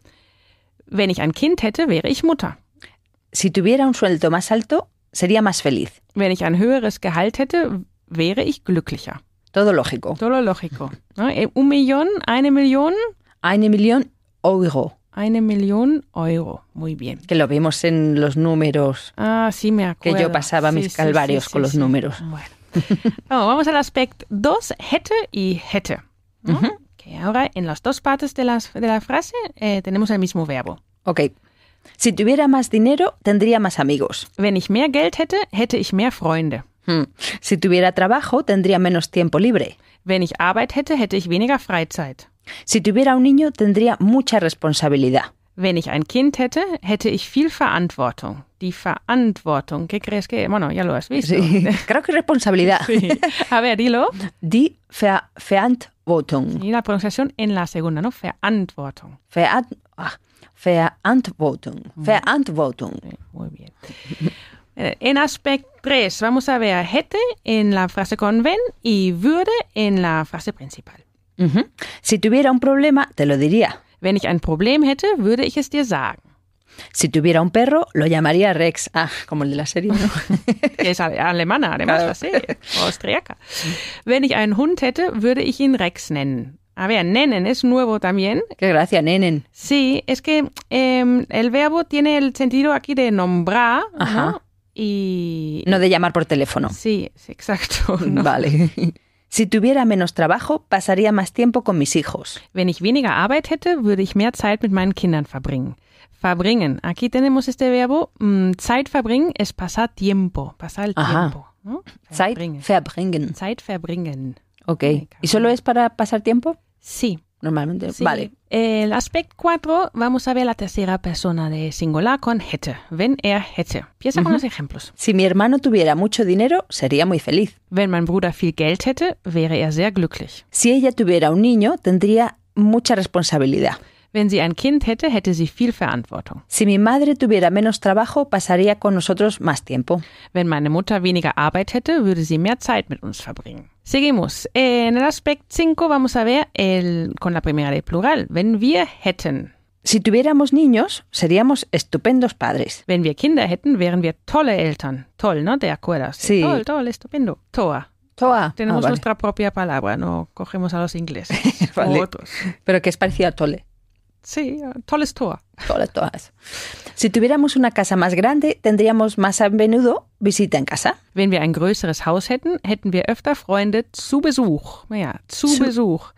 S2: Wenn ich ein Kind hätte, wäre ich Mutter.
S8: Si tuviera un sueldo más alto, sería más feliz.
S2: Wenn ich ein höheres Gehalt hätte, wäre ich glücklicher.
S8: Todo lógico.
S2: Todo lógico. ¿no? Eh, Un millón, eine Million,
S8: Eine Million Euro,
S2: eine Million Euro. Muy bien.
S8: que lo vimos en los números.
S2: Ah, sí me
S8: Que
S2: acuerdo.
S8: yo pasaba mis calvarios con los números.
S2: Bueno. Bueno, vamos al aspecto 2, hätte y hätte. ¿no? Que ahora en las dos partes de, las- de la frase eh, tenemos el mismo verbo.
S8: Ok. Si tuviera más dinero, tendría más amigos.
S2: Wenn ich mehr Geld hätte, hätte ich mehr Freunde.
S8: Hmm. Si tuviera trabajo, tendría menos tiempo libre.
S2: Wenn ich Arbeit hätte, hätte ich weniger Freizeit.
S8: Si tuviera un niño, tendría mucha responsabilidad.
S2: Wenn ich ein Kind hätte, hätte ich viel Verantwortung. Die Verantwortung, ¿qué crees que? Bueno, ya lo has visto.
S8: Creo que responsabilidad.
S2: A ver, dilo.
S8: Die Ver Verantwortung.
S2: Y la pronunciación en la segunda, ¿no? Verantwortung.
S8: Veran- ah, Verantwortung. Verantwortung.
S2: Muy bien. Eh, En aspecto 3 vamos a ver hätte en la frase con wenn y würde en la frase principal.
S8: Ujú. Si tuviera un problema, te lo diría.
S2: Wenn ich ein Problem hätte, würde ich es dir sagen.
S8: Si tuviera un perro, lo llamaría Rex. Ah, como el de la serie, ¿no?
S2: Que es ale- alemana, además, la serie, austriaca. Wenn ich einen Hund hätte, würde ich ihn Rex nennen. A ver, nennen es nuevo también.
S8: Qué gracia, nenen.
S2: Sí, es que em, el verbo tiene el sentido aquí de nombrar, ¿no?
S8: Ajá.
S2: Y...
S8: No de llamar por teléfono.
S2: Sí, sí,
S8: Oh,
S2: exacto. ¿no?
S8: Vale. Si tuviera menos trabajo, pasaría más tiempo con mis hijos.
S2: Wenn ich weniger Arbeit hätte, würde ich mehr Zeit mit meinen Kindern verbringen. Verbringen. Aquí tenemos este verbo. mm, Zeit verbringen es pasar tiempo. Pasar el
S8: Ajá.
S2: tiempo. ¿no?
S8: Zeit
S2: Verbringen.
S8: verbringen.
S2: Zeit verbringen.
S8: Ok. ¿Y solo es para pasar tiempo?
S2: Sí.
S8: Normalmente.
S2: sí.
S8: Vale.
S2: El aspecto 4, vamos a ver la tercera persona de singular con hätte. Wenn er hätte. Empieza con los ejemplos.
S8: Si mi hermano tuviera mucho dinero, sería muy feliz.
S2: Wenn mein Bruder viel Geld hätte, wäre er sehr glücklich.
S8: Si ella tuviera un niño, tendría mucha responsabilidad.
S2: Wenn sie ein Kind hätte, hätte sie viel Verantwortung.
S8: Si mi madre tuviera menos trabajo, pasaría con nosotros más tiempo.
S2: Wenn meine Mutter weniger Arbeit hätte, würde sie mehr Zeit mit uns verbringen. Seguimos. En el aspecto 5 vamos a ver el, con la primera de plural. Wenn wir hätten.
S8: Si tuviéramos niños, seríamos estupendos padres.
S2: Wenn wir Kinder hätten, wären wir tolle Eltern. Toll, ¿no? ¿Te acuerdas?
S8: Sí.
S2: Toll, toll, estupendo. Toa.
S8: Toa.
S2: Tenemos
S8: Ah, vale.
S2: nuestra propia palabra, no cogemos a los ingleses
S8: Vale.
S2: o otros.
S8: Pero que es parecido a tole.
S2: Sí, toles toa.
S8: Tole, toas. Si tuviéramos una casa más grande, tendríamos más a menudo visita en casa.
S2: Wenn wir ein größeres Haus hätten, hätten wir öfter Freunde zu Besuch. Naja, zu,
S8: Zu-
S2: Besuch.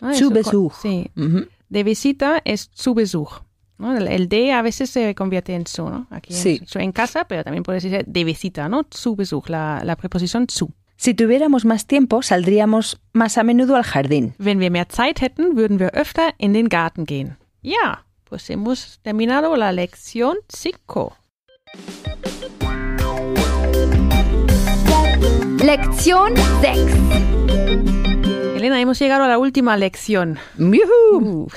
S2: Ah,
S8: zu
S2: eso co-
S8: Besuch.
S2: Sí.
S8: Ujú.
S2: De visita es zu Besuch. ¿no? El, el de a veces se convierte en zu, ¿no? Aquí en
S8: Sí.
S2: zu en casa, pero también puedes decir de visita, ¿no? Zu Besuch, la, la preposición zu.
S8: Si tuviéramos más tiempo, saldríamos más a menudo al jardín.
S2: Wenn wir mehr Zeit hätten, würden wir öfter in den Garten gehen. Ja, pues hemos terminado la lección 5.
S7: Lektion 6.
S2: Elena, hemos llegado a la última lección.
S8: ¡Yujú!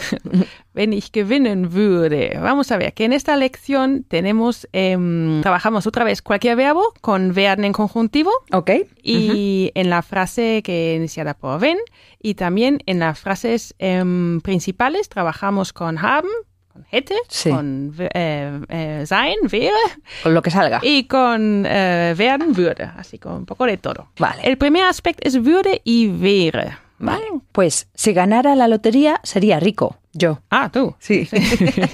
S2: Wenn ich gewinnen würde. Vamos a ver, que en esta lección tenemos, em, trabajamos otra vez cualquier verbo con werden en conjuntivo
S8: ¿Ok?
S2: y en la frase que iniciada por wenn y también en las frases em, principales trabajamos con haben, con hätte,
S8: Sí.
S2: con we- eh, eh, sein, wäre
S8: Con lo que salga.
S2: y con eh, werden, würde. Así con un poco de todo.
S8: Vale.
S2: El primer aspecto es würde y wäre.
S8: Vale. Pues si ganara la lotería, sería rico. Yo.
S2: Ah, tú.
S8: Sí.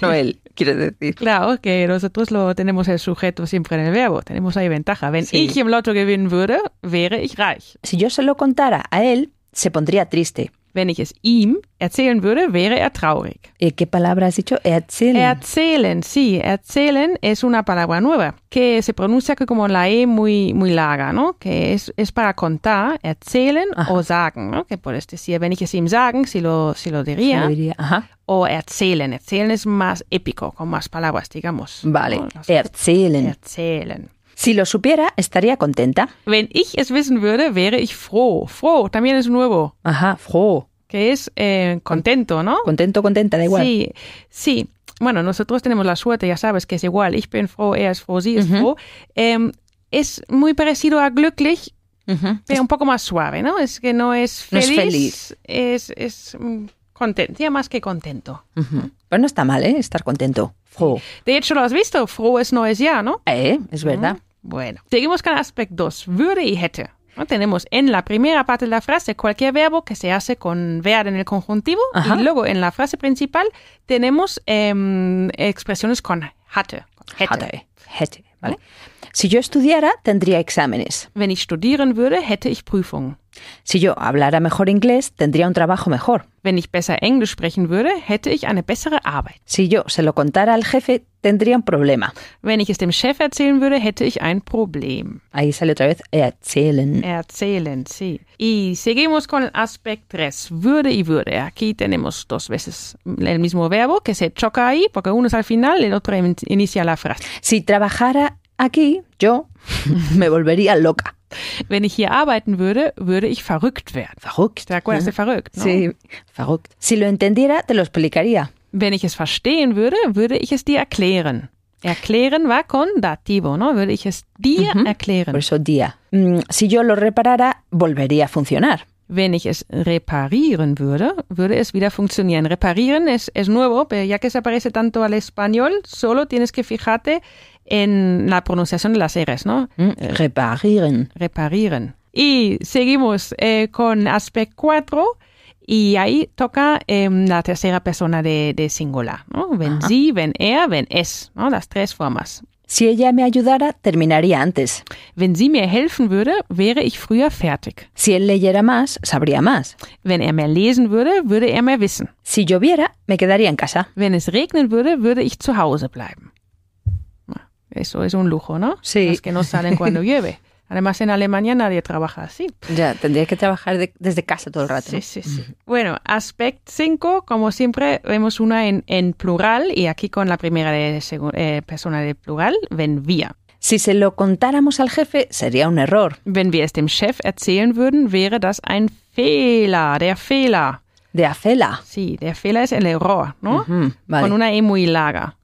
S8: no él, quiere decir.
S2: Claro, que nosotros lo tenemos el sujeto siempre en el verbo. Tenemos ahí ventaja. Wenn
S8: Sí.
S2: ich im Lotto gewinnen würde, wäre ich reich.
S8: Si yo se lo contara a él, se pondría triste.
S2: Wenn ich es ihm erzählen würde, wäre er traurig.
S8: Eh, ¿Qué palabra has dicho? Erzählen.
S2: Erzählen, sí, erzählen es una palabra nueva que se pronuncia que como la E muy, muy larga, ¿no? Que es, es para contar, erzählen
S8: Ajá.
S2: o sagen, ¿no? Que puedes decir, wenn ich es ihm sagen, si lo, si lo diría.
S8: Lo diría. Ajá.
S2: o erzählen. Erzählen es más épico, con más palabras, digamos.
S8: Vale.
S2: ¿No? Las-
S8: Erzählen.
S2: erzählen.
S8: Si lo supiera, estaría contenta.
S2: Wenn ich es wissen würde, wäre ich froh. Froh también es nuevo,
S8: Ajá. Froh.
S2: que es eh, contento, ¿no?
S8: Contento, contenta, da igual.
S2: Sí, sí. Bueno, nosotros tenemos la suerte, ya sabes, que es igual. Ich bin froh, er ist froh, sie ist froh. Ähm, es muy parecido a glücklich,
S8: Ujú.
S2: pero un poco más suave, ¿no? Es que no es
S8: No es
S2: feliz.
S8: feliz.
S2: Es, es mm, contento, ya más que contento.
S8: Ujú. Pero no está mal, ¿eh? Estar contento. Froh.
S2: De hecho, lo has visto, frohes neues Jahr, ¿no?
S8: Eh, es verdad.
S2: Bueno, seguimos con aspecto 2, würde y hätte. ¿no? Tenemos en la primera parte de la frase cualquier verbo que se hace con werden en el conjuntivo
S8: Ajá.
S2: y luego en la frase principal tenemos em, expresiones con hatte. con hätte.
S8: Hatte. Hätte, eh. ¿vale? Si yo estudiara, tendría exámenes.
S2: Wenn ich studieren würde, hätte ich Prüfungen.
S8: Si yo hablara mejor inglés, tendría un trabajo mejor.
S2: Wenn ich besser Englisch sprechen würde, hätte ich eine bessere Arbeit.
S8: Si yo se lo contara al jefe, tendría un problema.
S2: Wenn ich es dem Chef erzählen würde, hätte ich ein Problem.
S8: Ahí sale otra vez eh, erzählen.
S2: Eh. Erzählen, sí. Y seguimos con el aspecto 3, würde y würde. Aquí tenemos dos veces el mismo verbo que se choca ahí, porque uno es al final, el otro in- inicia la frase.
S8: Si trabajara aquí, yo me volvería loca.
S2: Wenn ich hier arbeiten würde, würde ich verrückt werden.
S8: Verrückt.
S2: ¿Te acuerdas de verrückt? no?
S8: Sí, verrückt. Si lo entendiera, te lo explicaría.
S2: Wenn ich es verstehen würde, würde ich es dir erklären. Erklären war con dativo, ¿no? Würde ich es dir erklären.
S8: Por eso día. Mm, si yo lo reparara, volvería a funcionar.
S2: Wenn ich es reparieren würde, würde es wieder funktionieren. Reparieren es, es nuevo, pero ya que se parece tanto al español, solo tienes que fijarte en la pronunciación de las R's, ¿no?
S8: Mm, reparieren.
S2: Reparieren. Y seguimos eh, con aspect 4 y ahí toca em, la tercera persona de, de singular, ¿no? Wenn sie, wenn er, wenn es, ¿no? Las tres formas.
S8: Si ella me ayudara, terminaría antes.
S2: Wenn sie mir helfen würde, wäre ich früher fertig.
S8: Si él leyera más, sabría más.
S2: Wenn er mehr lesen würde, würde er mehr wissen.
S8: Si lloviera, me quedaría en casa.
S2: Wenn es regnen würde, würde ich zu Hause bleiben. Na, Eso es un lujo, ¿no?
S8: Sí.
S2: Los que no salen cuando llueve. Además, en Alemania nadie trabaja así.
S8: Ya, tendría que trabajar de- desde casa todo el rato.
S2: Sí, sí, sí. Bueno, aspect 5, como siempre, vemos una en, en plural y aquí con la primera de segu- eh, persona de plural, wenn wir.
S8: Si se lo contáramos al jefe, sería un error.
S2: Wenn wir es dem Chef erzählen würden, wäre das ein Fehler, der Fehler.
S8: De afela.
S2: Sí, der Fehler es el error, ¿no?
S8: Mm,
S2: Con
S8: vale.
S2: una E muy larga.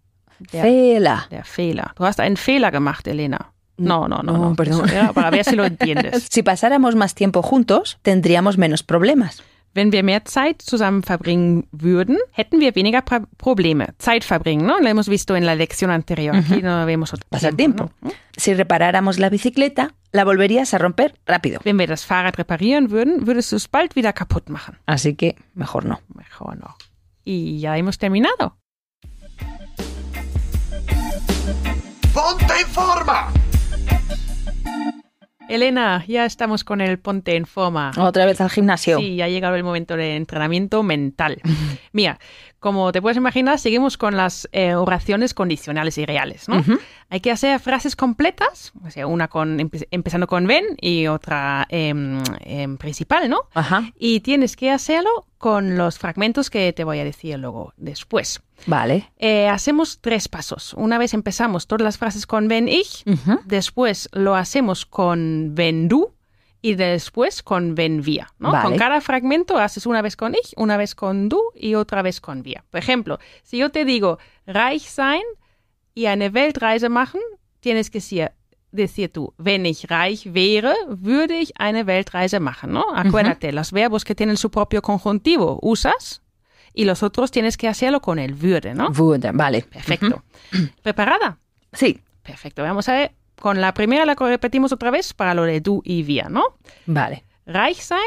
S8: Fela.
S2: Der Fehler. Du hast einen Fehler gemacht, Elena. No, no, no.
S8: No,
S2: no,
S8: perdón.
S2: Eso era para ver si lo entiendes.
S8: Si pasáramos más tiempo juntos, tendríamos menos problemas.
S2: Wenn wir mehr Zeit zusammen verbringen würden, hätten wir weniger Pro Probleme. Zeit verbringen, ne? ¿no? Lo hemos visto en la lección anterior. Aquí no vemos otro
S8: Pasar tiempo.
S2: ¿no?
S8: Si reparáramos la bicicleta, la volverías a romper rápido.
S2: Wenn wir das Fahrrad reparieren würden, würdest du es bald wieder kaputt machen.
S8: Así que mejor no.
S2: Mejor no. Y ya hemos terminado.
S4: ¡Ponte en forma!
S2: Elena, ya estamos con el ponte en forma.
S8: Otra vez al gimnasio.
S2: Sí, ya ha llegado el momento de entrenamiento mental. Mira, como te puedes imaginar, seguimos con las eh, oraciones condicionales y reales, ¿no? Hay que hacer frases completas, o sea, una con empe- empezando con ven y otra em, em, principal, ¿no?
S8: Ajá.
S2: Y tienes que hacerlo con los fragmentos que te voy a decir luego después.
S8: Vale.
S2: Eh, hacemos tres pasos. Una vez empezamos todas las frases con ven ich,
S8: Ujú.
S2: después lo hacemos con ven du y después con ven wir. ¿no?
S8: Vale.
S2: Con cada fragmento haces una vez con ich, una vez con du y otra vez con wir. Por ejemplo, si yo te digo reich sein y eine Weltreise machen, tienes que decir, decir tú, wenn ich reich wäre, würde ich eine Weltreise machen. ¿no? Acuérdate, los verbos que tienen su propio conjuntivo usas y los otros tienes que hacerlo con el würde. ¿no?
S8: Würde, vale.
S2: Perfecto. ¿Preparada?
S8: Sí.
S2: Perfecto. Vamos a ver. Con la primera la repetimos otra vez para lo de du y wir, ¿no?
S8: Vale.
S2: Reich sein,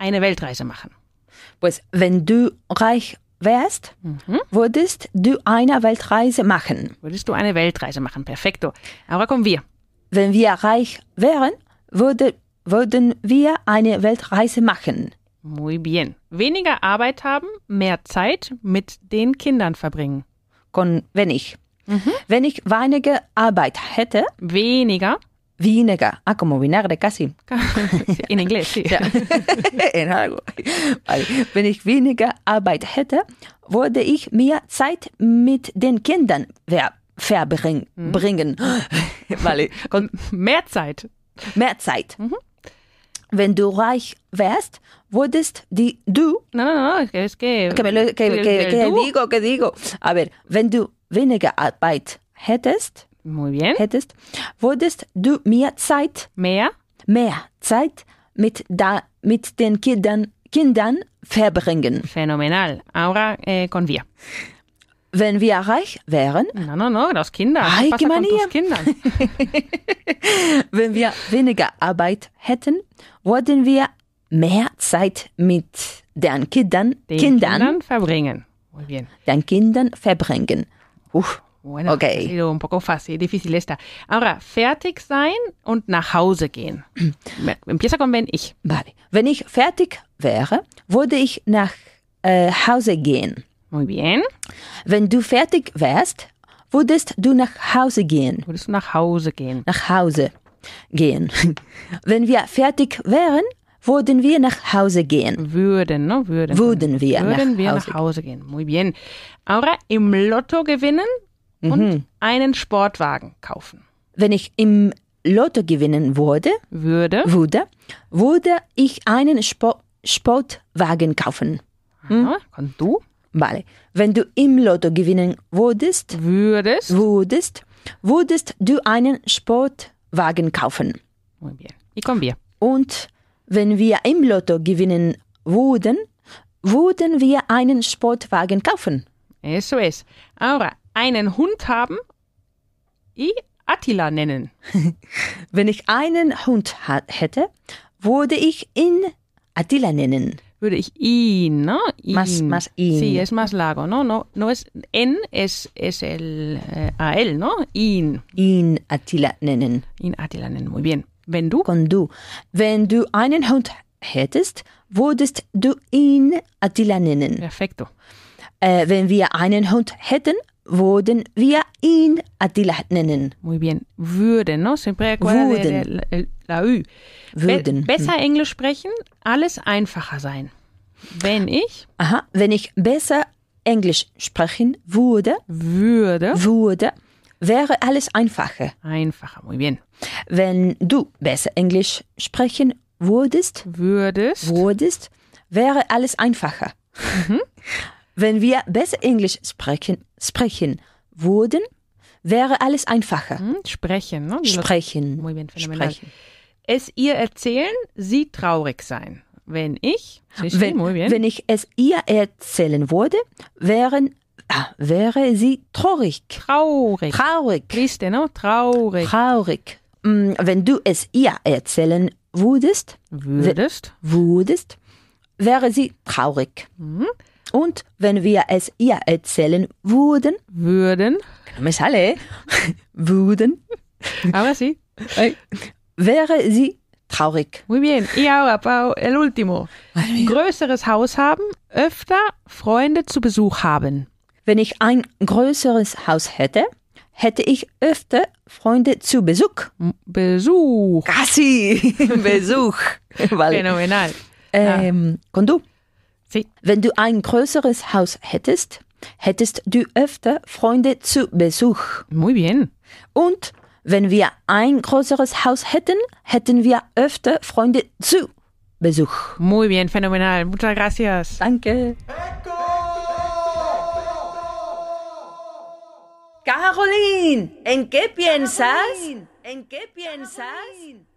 S2: eine Weltreise machen.
S8: Pues, wenn du reich wärst, würdest du eine Weltreise machen.
S2: Würdest du eine Weltreise machen? Perfecto. Ahora con wir.
S8: Wenn wir reich wären, würde, würden wir eine Weltreise machen.
S2: Muy bien. Weniger Arbeit haben, mehr Zeit mit den Kindern verbringen.
S8: Con, wenn ich. Wenn ich weniger Arbeit hätte,
S2: Weniger.
S8: weniger. Ah, como vinagre casi.
S2: In Englisch, sí.
S8: En algo. Vale. Wenn ich weniger Arbeit hätte, würde ich mehr Zeit mit den Kindern ver verbringen. Bringen. Vale. Con
S2: Mehr Zeit.
S8: mehr Zeit. Wenn du reich wärst, würdest die, du
S2: No, no, no. Es que.
S8: que, me lo, que,
S2: el-
S8: que-
S2: el
S8: que
S2: du.
S8: digo, que digo. A ver, wenn du weniger Arbeit hättest,
S2: Muy bien.
S8: hättest, würdest du mehr Zeit,
S2: Mehr
S8: mehr Zeit mit, da, mit den Kindern, Kindern verbringen.
S2: Phänomenal. Ahora eh, con wir.
S8: Wenn wir reich wären,
S2: No, no, no, los Kinder.
S8: Ay,
S2: ¿Qué pasa
S8: qué
S2: con tus
S8: manía.
S2: Kindern?
S8: wenn wir weniger Arbeit hätten, würden wir mehr Zeit mit den Kindern,
S2: Den
S8: Kindern,
S2: Kindern verbringen. Muy bien.
S8: den Kindern verbringen. Uff,
S2: Bueno,
S8: Ok.
S2: ha sido un poco fácil, difícil esta. Ahora, fertig sein und nach Hause gehen.
S8: Mm.
S2: Me- Empieza con wenn ich.
S8: vale. Wenn ich fertig wäre, würde ich nach äh, Hause gehen.
S2: Muy bien.
S8: Wenn du fertig wärst, würdest du nach Hause gehen.
S2: Würdest du nach Hause gehen?
S8: Nach Hause gehen. Wenn wir fertig wären, würden wir nach Hause gehen.
S2: Würden, ne? Würden.
S8: Würden wir
S2: Würden
S8: nach
S2: wir
S8: Hause
S2: nach Hause gehen. Muy bien. Ahora, im Lotto gewinnen
S8: Mhm.
S2: und einen Sportwagen kaufen.
S8: Wenn ich im Lotto gewinnen würde,
S2: Würde.
S8: würde, würde ich einen Spo Sportwagen kaufen. mhm.
S2: Ah, Und du?
S8: Vale. Wenn du im Lotto gewinnen würdest,
S2: Würdest.
S8: würdest, würdest du einen Sportwagen kaufen.
S2: Muy bien. Y con wir.
S8: Und wenn wir im Lotto gewinnen würden, würden wir einen Sportwagen kaufen.
S2: Eso es. Ahora, einen Hund haben y Attila nennen.
S8: Wenn ich einen Hund ha- hätte, würde ich ihn Attila nennen.
S2: Würde ich ihn, ¿no? Ihn.
S8: Más- más ihn.
S2: Sí, es más largo, ¿no? No, no es en, es, es el eh, a él, ¿no? ah, Ihn.
S8: Ihn Attila nennen.
S2: Ihn Attila nennen. Muy bien. Wenn du.
S8: Con du. Wenn du einen Hund hättest, würdest du ihn Attila nennen.
S2: Perfecto.
S8: Äh, wenn wir einen Hund hätten, würden wir ihn Attila nennen.
S2: Muy bien. Würden, ¿no? Siempre acuerda de- de
S8: Würden.
S2: la- la Ü. Be
S8: Würden. Hm.
S2: besser Englisch sprechen, alles einfacher sein. Wenn ich
S8: Aha, wenn ich besser Englisch sprechen würde,
S2: würde,
S8: würde, wäre alles einfacher.
S2: einfacher. Muy bien.
S8: Wenn du besser Englisch sprechen würdest,
S2: Würdest.
S8: würdest, wäre alles einfacher.
S2: Mhm.
S8: Wenn wir besser Englisch sprechen, sprechen würden, wäre alles einfacher.
S2: Hm, Sprechen, ne? Wie los-
S8: Sprechen.
S2: Muy bien, phänomenal.
S8: sprechen.
S2: Es ihr erzählen, sie traurig sein. Wenn ich. Sí, sí,
S8: Wenn,
S2: muy bien.
S8: wenn ich es ihr erzählen würde, wären, ah, wäre sie traurig.
S2: Traurig.
S8: Traurig.
S2: Triste, ¿no? Traurig.
S8: Traurig. Mm, Wenn du es ihr erzählen würdest,
S2: Würdest.
S8: würdest, wäre sie traurig.
S2: Mhm.
S8: Und wenn wir es ihr erzählen würden,
S2: Würden.
S8: no me sale, eh? würden,
S2: Ahora sí.
S8: Ay. wäre sie traurig.
S2: Muy bien. Y ahora, Pau, el último. Größeres Haus haben, öfter Freunde zu Besuch haben.
S8: Wenn ich ein größeres Haus hätte, hätte ich öfter Freunde zu Besuch.
S2: M- Besuch.
S8: Casi Besuch. Vale.
S2: Phänomenal.
S8: Ähm, und du?
S2: Sí.
S8: Wenn du ein größeres Haus hättest, hättest du öfter Freunde zu Besuch.
S2: Muy bien.
S8: Und wenn wir ein größeres Haus hätten, hätten wir öfter Freunde zu Besuch.
S2: Muy bien, fenomenal. Muchas gracias.
S8: Danke. Caroline, ¿en qué piensas? ¿En qué piensas?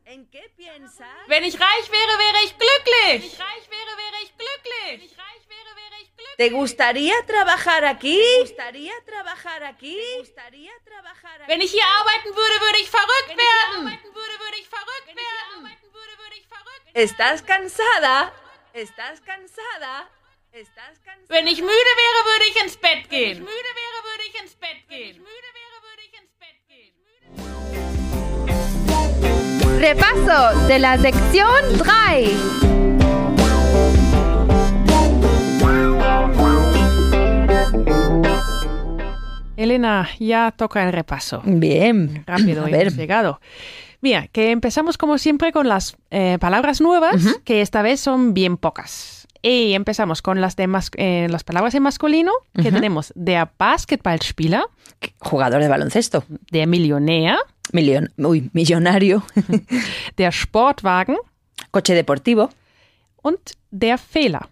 S8: ¿En qué piensas?
S5: Wenn ich reich wäre, wäre ich glücklich. Wenn ich reich wäre, wäre ich glücklich. Wenn ich reich wäre, wäre ich glücklich.
S8: ¿Te gustaría trabajar aquí? ¿Te gustaría trabajar aquí? ¿Te gustaría trabajar
S5: Wenn ich hier arbeiten würde, würde ich verrückt Wenn werden. Ich hier arbeiten würde, würde ich verrückt Wenn werden. Ich hier arbeiten würde, würde ich verrückt
S8: ¿Estás cansada? ¿Estás cansada? ¿Estás cansada?
S5: Wenn ich müde wäre, würde ich ins Bett gehen. Wenn ich müde wäre, würde ich ins Bett gehen. Wenn ich müde wäre, würde ich ins Bett gehen.
S7: Repaso de la sección 3.
S2: Elena, ya toca el repaso.
S8: Bien.
S2: Rápido,
S8: A
S2: hemos
S8: ver,
S2: llegado. Mira, que empezamos como siempre con las eh, palabras nuevas, que esta vez son bien pocas. Y empezamos con las, de mas- eh, las palabras en masculino, que tenemos de Basketballspieler,
S8: jugador de baloncesto.
S2: de Millionär,
S8: Millon, uy, millonario.
S2: der Sportwagen
S8: Coche deportivo.
S2: und der Fehler.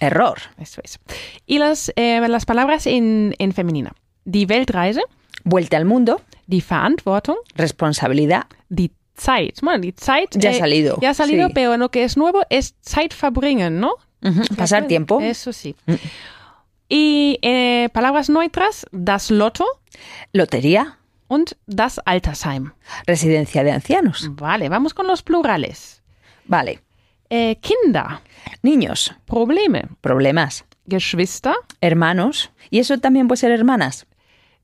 S8: Error.
S2: Eso es. Y las, eh, las palabras en, en femenina. Die Weltreise,
S8: Vuelta al mundo.
S2: die Verantwortung,
S8: Responsabilidad.
S2: die Zeit. Bueno, die Zeit. eh,
S8: Ya ha salido,
S2: Ya ha salido,
S8: sí.
S2: pero lo que es nuevo es Zeit verbringen, ¿no?
S8: Ujú, Pasar
S2: Bueno,
S8: tiempo. Mm.
S2: Eso sí. Y eh, palabras neutras, das Lotto
S8: Lotería.
S2: und das Altersheim.
S8: Residencia de ancianos.
S2: Vale, vamos con los plurales.
S8: Vale.
S2: Eh, Kinder,
S8: Niños.
S2: Probleme,
S8: Problemas.
S2: Geschwister,
S8: Hermanos. Y eso también puede ser hermanas.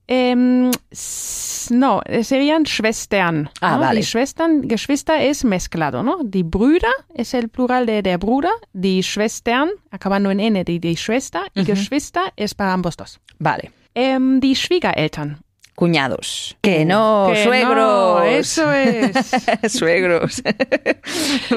S2: ähm, s- no, eh, serían Schwestern.
S8: Ah,
S2: ¿no?
S8: vale.
S2: Die Schwestern, Geschwister es mezclado, ¿no? Die Brüder es el plural de der Bruder, die Schwestern, acabando en N, die, die Schwester, y Geschwister es para ambos dos.
S8: Vale.
S2: Ähm, die Schwiegereltern.
S8: Cuñados. Que Äh, no,
S2: Uh, Que
S8: suegros.
S2: no, Genau, eso es.
S8: Suegros.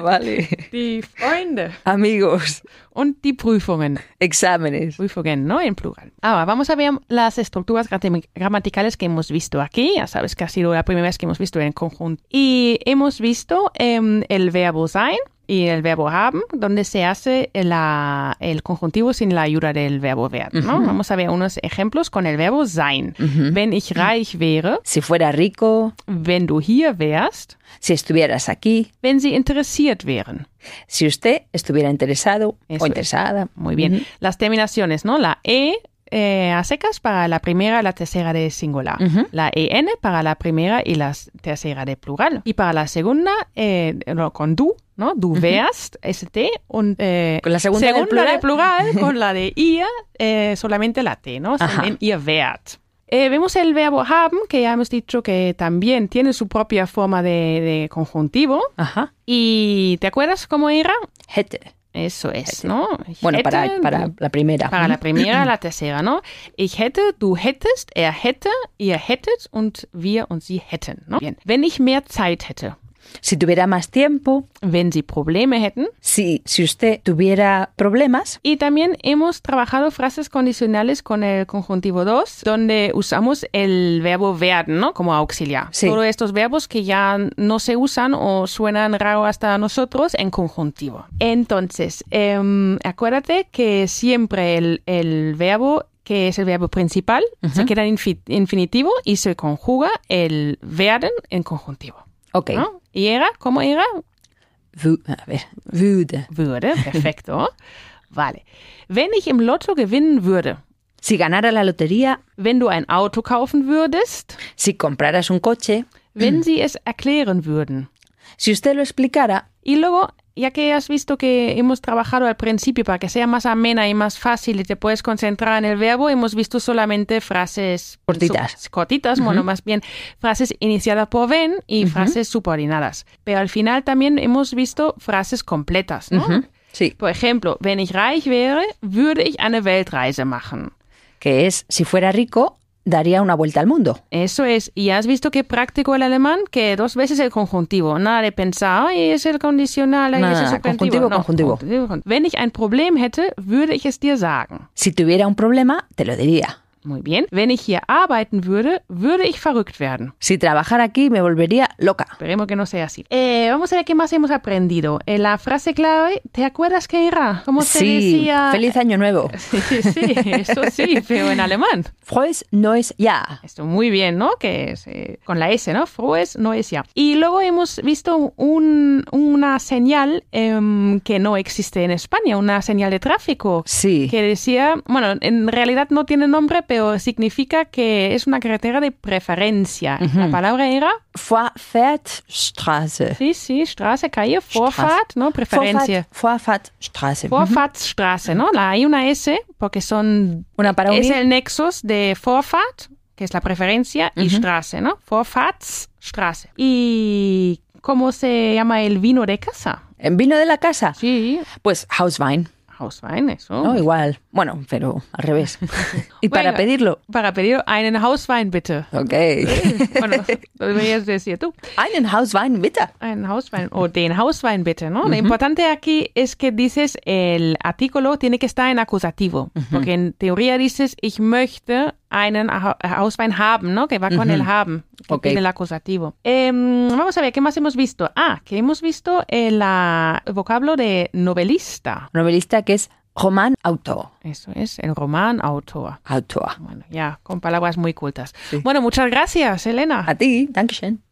S8: vale.
S2: Die Freunde.
S8: Amigos.
S2: Und die Prüfungen.
S8: Exámenes.
S2: Prüfungen, ¿no? En plural. Ahora, vamos a ver las estructuras gratem- gramaticales que hemos visto aquí. Ya sabes que ha sido la primera vez que hemos visto en conjunto. Y hemos visto em, el verbo sein y el verbo haben, donde se hace la- el conjuntivo sin la ayuda del verbo werden, ¿no? Vamos a ver unos ejemplos con el verbo sein. Wenn ich reich wäre,
S8: Si fuera rico,
S2: wenn du hier wärst,
S8: si estuvieras aquí,
S2: wenn sie interessiert wären.
S8: si usted estuviera interesado
S2: Eso
S8: o
S2: es.
S8: interesada.
S2: Muy bien. Las terminaciones, ¿no? La E eh, a secas para la primera y la tercera de singular. La EN para la primera y la s- tercera de plural. Y para la segunda, eh, no, con du, ¿no? Du wärst, ST. Und, eh,
S8: Con la segunda del
S2: de plural, con la de ihr, eh, solamente la T, ¿no?
S8: Ajá.
S2: En ihr wert. Eh, vemos el verbo haben, que ya hemos dicho que también tiene su propia forma de, de conjuntivo.
S8: Ajá.
S2: ¿Y te acuerdas cómo era?
S8: Hätte.
S2: Eso es,
S8: Hätte.
S2: ¿no?
S8: Bueno, para,
S2: Hätte,
S8: para la primera.
S2: Para la primera, la tercera, ¿no? Ich hätte, du hättest, er hätte, ihr hättet und wir und sie hätten, ¿no? Bien. Wenn ich mehr Zeit hätte,
S8: Si tuviera más tiempo,
S2: wenn sie Probleme hätten.
S8: si, si usted tuviera problemas,
S2: Y también hemos trabajado frases condicionales con el conjuntivo 2, donde usamos el verbo werden, ¿no? Como auxiliar.
S8: Sí.
S2: Todos estos verbos que ya no se usan o suenan raro hasta nosotros en conjuntivo. Entonces, em, acuérdate que siempre el, el verbo que es el verbo principal, se queda en infi- infinitivo y se conjuga el werden en conjuntivo.
S8: ok.
S2: ¿no? ¿Y era? ¿Cómo era?
S8: Wü a ver, würde.
S2: Würde, perfecto. Vale. Wenn ich im Lotto gewinnen würde,
S8: Si ganara la lotería,
S2: wenn du ein Auto kaufen würdest,
S8: si compraras un coche,
S2: wenn sie es erklären würden.
S8: si usted lo explicara,
S2: Y luego, ya que has visto que hemos trabajado al principio para que sea más amena y más fácil y te puedes concentrar en el verbo, hemos visto solamente frases
S8: Cortitas.
S2: su- cortitas, bueno, más bien frases iniciadas por ven y frases subordinadas. Pero al final también hemos visto frases completas, ¿no?
S8: ujú, sí,
S2: Por ejemplo, wenn ich reich wäre, würde ich eine Weltreise machen.
S8: que es, si fuera rico, daría una vuelta al mundo.
S2: Eso es. Y has visto que práctico el alemán, que dos veces el conjuntivo. Nada de pensar, ay, es el condicional, ay,
S8: Nada,
S2: es el
S8: nada,
S2: subjuntivo.
S8: conjuntivo,
S2: No,
S8: conjuntivo.
S2: conjuntivo. Wenn ich ein Problem hätte, würde ich es dir sagen.
S8: Si tuviera un problema, te lo diría.
S2: Muy bien. Wenn ich hier arbeiten würde, würde ich verrückt werden.
S8: Si trabajara aquí, me volvería loca.
S2: Esperemos que no sea así. Eh, vamos a ver qué más hemos aprendido. Eh, la frase clave, ¿te acuerdas qué era? ¿Cómo se
S8: sí,
S2: decía? eh,
S8: feliz año nuevo.
S2: Sí, sí, sí, eso sí, pero en alemán.
S8: Frohes neues Jahr.
S2: Esto muy bien, ¿no? Que es, eh, con la S, ¿no? Frohes Neues Jahr. Y luego hemos visto un- una señal em, que no existe en España, una señal de tráfico.
S8: Sí.
S2: Que decía, bueno, en realidad no tiene nombre, pero significa que es una carretera de preferencia. La palabra era,
S8: Vorfahrtstraße.
S2: sí, sí, Straße, calle, Vorfahrt, ¿no? Preferencia.
S8: Vorfahrt, Vorfahrtstraße. Ujú.
S2: Vorfahrtsstraße, ¿no? La, hay una S porque son
S8: Una para
S2: es
S8: unir.
S2: el nexus de Vorfahrt, que es la preferencia, y Straße, ¿no? Vorfahrtsstraße. ¿Y cómo se llama el vino de casa?
S8: ¿En vino de la casa?
S2: Sí,
S8: Pues Hauswein,
S2: Hauswein, eso.
S8: ¿no? Igual. Bueno, pero al revés. y para
S2: Bueno.
S8: pedirlo.
S2: Para pedir einen Hauswein bitte.
S8: Ok.
S2: Bueno, lo deberías decir tú.
S8: Einen Hauswein, bitte.
S2: Einen Hauswein o den Hauswein bitte, ¿no? Lo importante aquí es que dices el artículo tiene que estar en acusativo, porque en teoría dices ich möchte einen Ha- Hauswein haben, ¿no? Que va con el haben, que
S8: Ok.
S2: tiene el acusativo. Em, vamos a ver, ¿qué más hemos visto? Ah, que hemos visto el, ah, vocablo de novelista.
S8: Novelista que es Roman Autor.
S2: Eso es, el román autor.
S8: Autor.
S2: Bueno, ya, con palabras muy cultas. Bueno, muchas gracias, Elena.
S8: A ti, Dankeschön.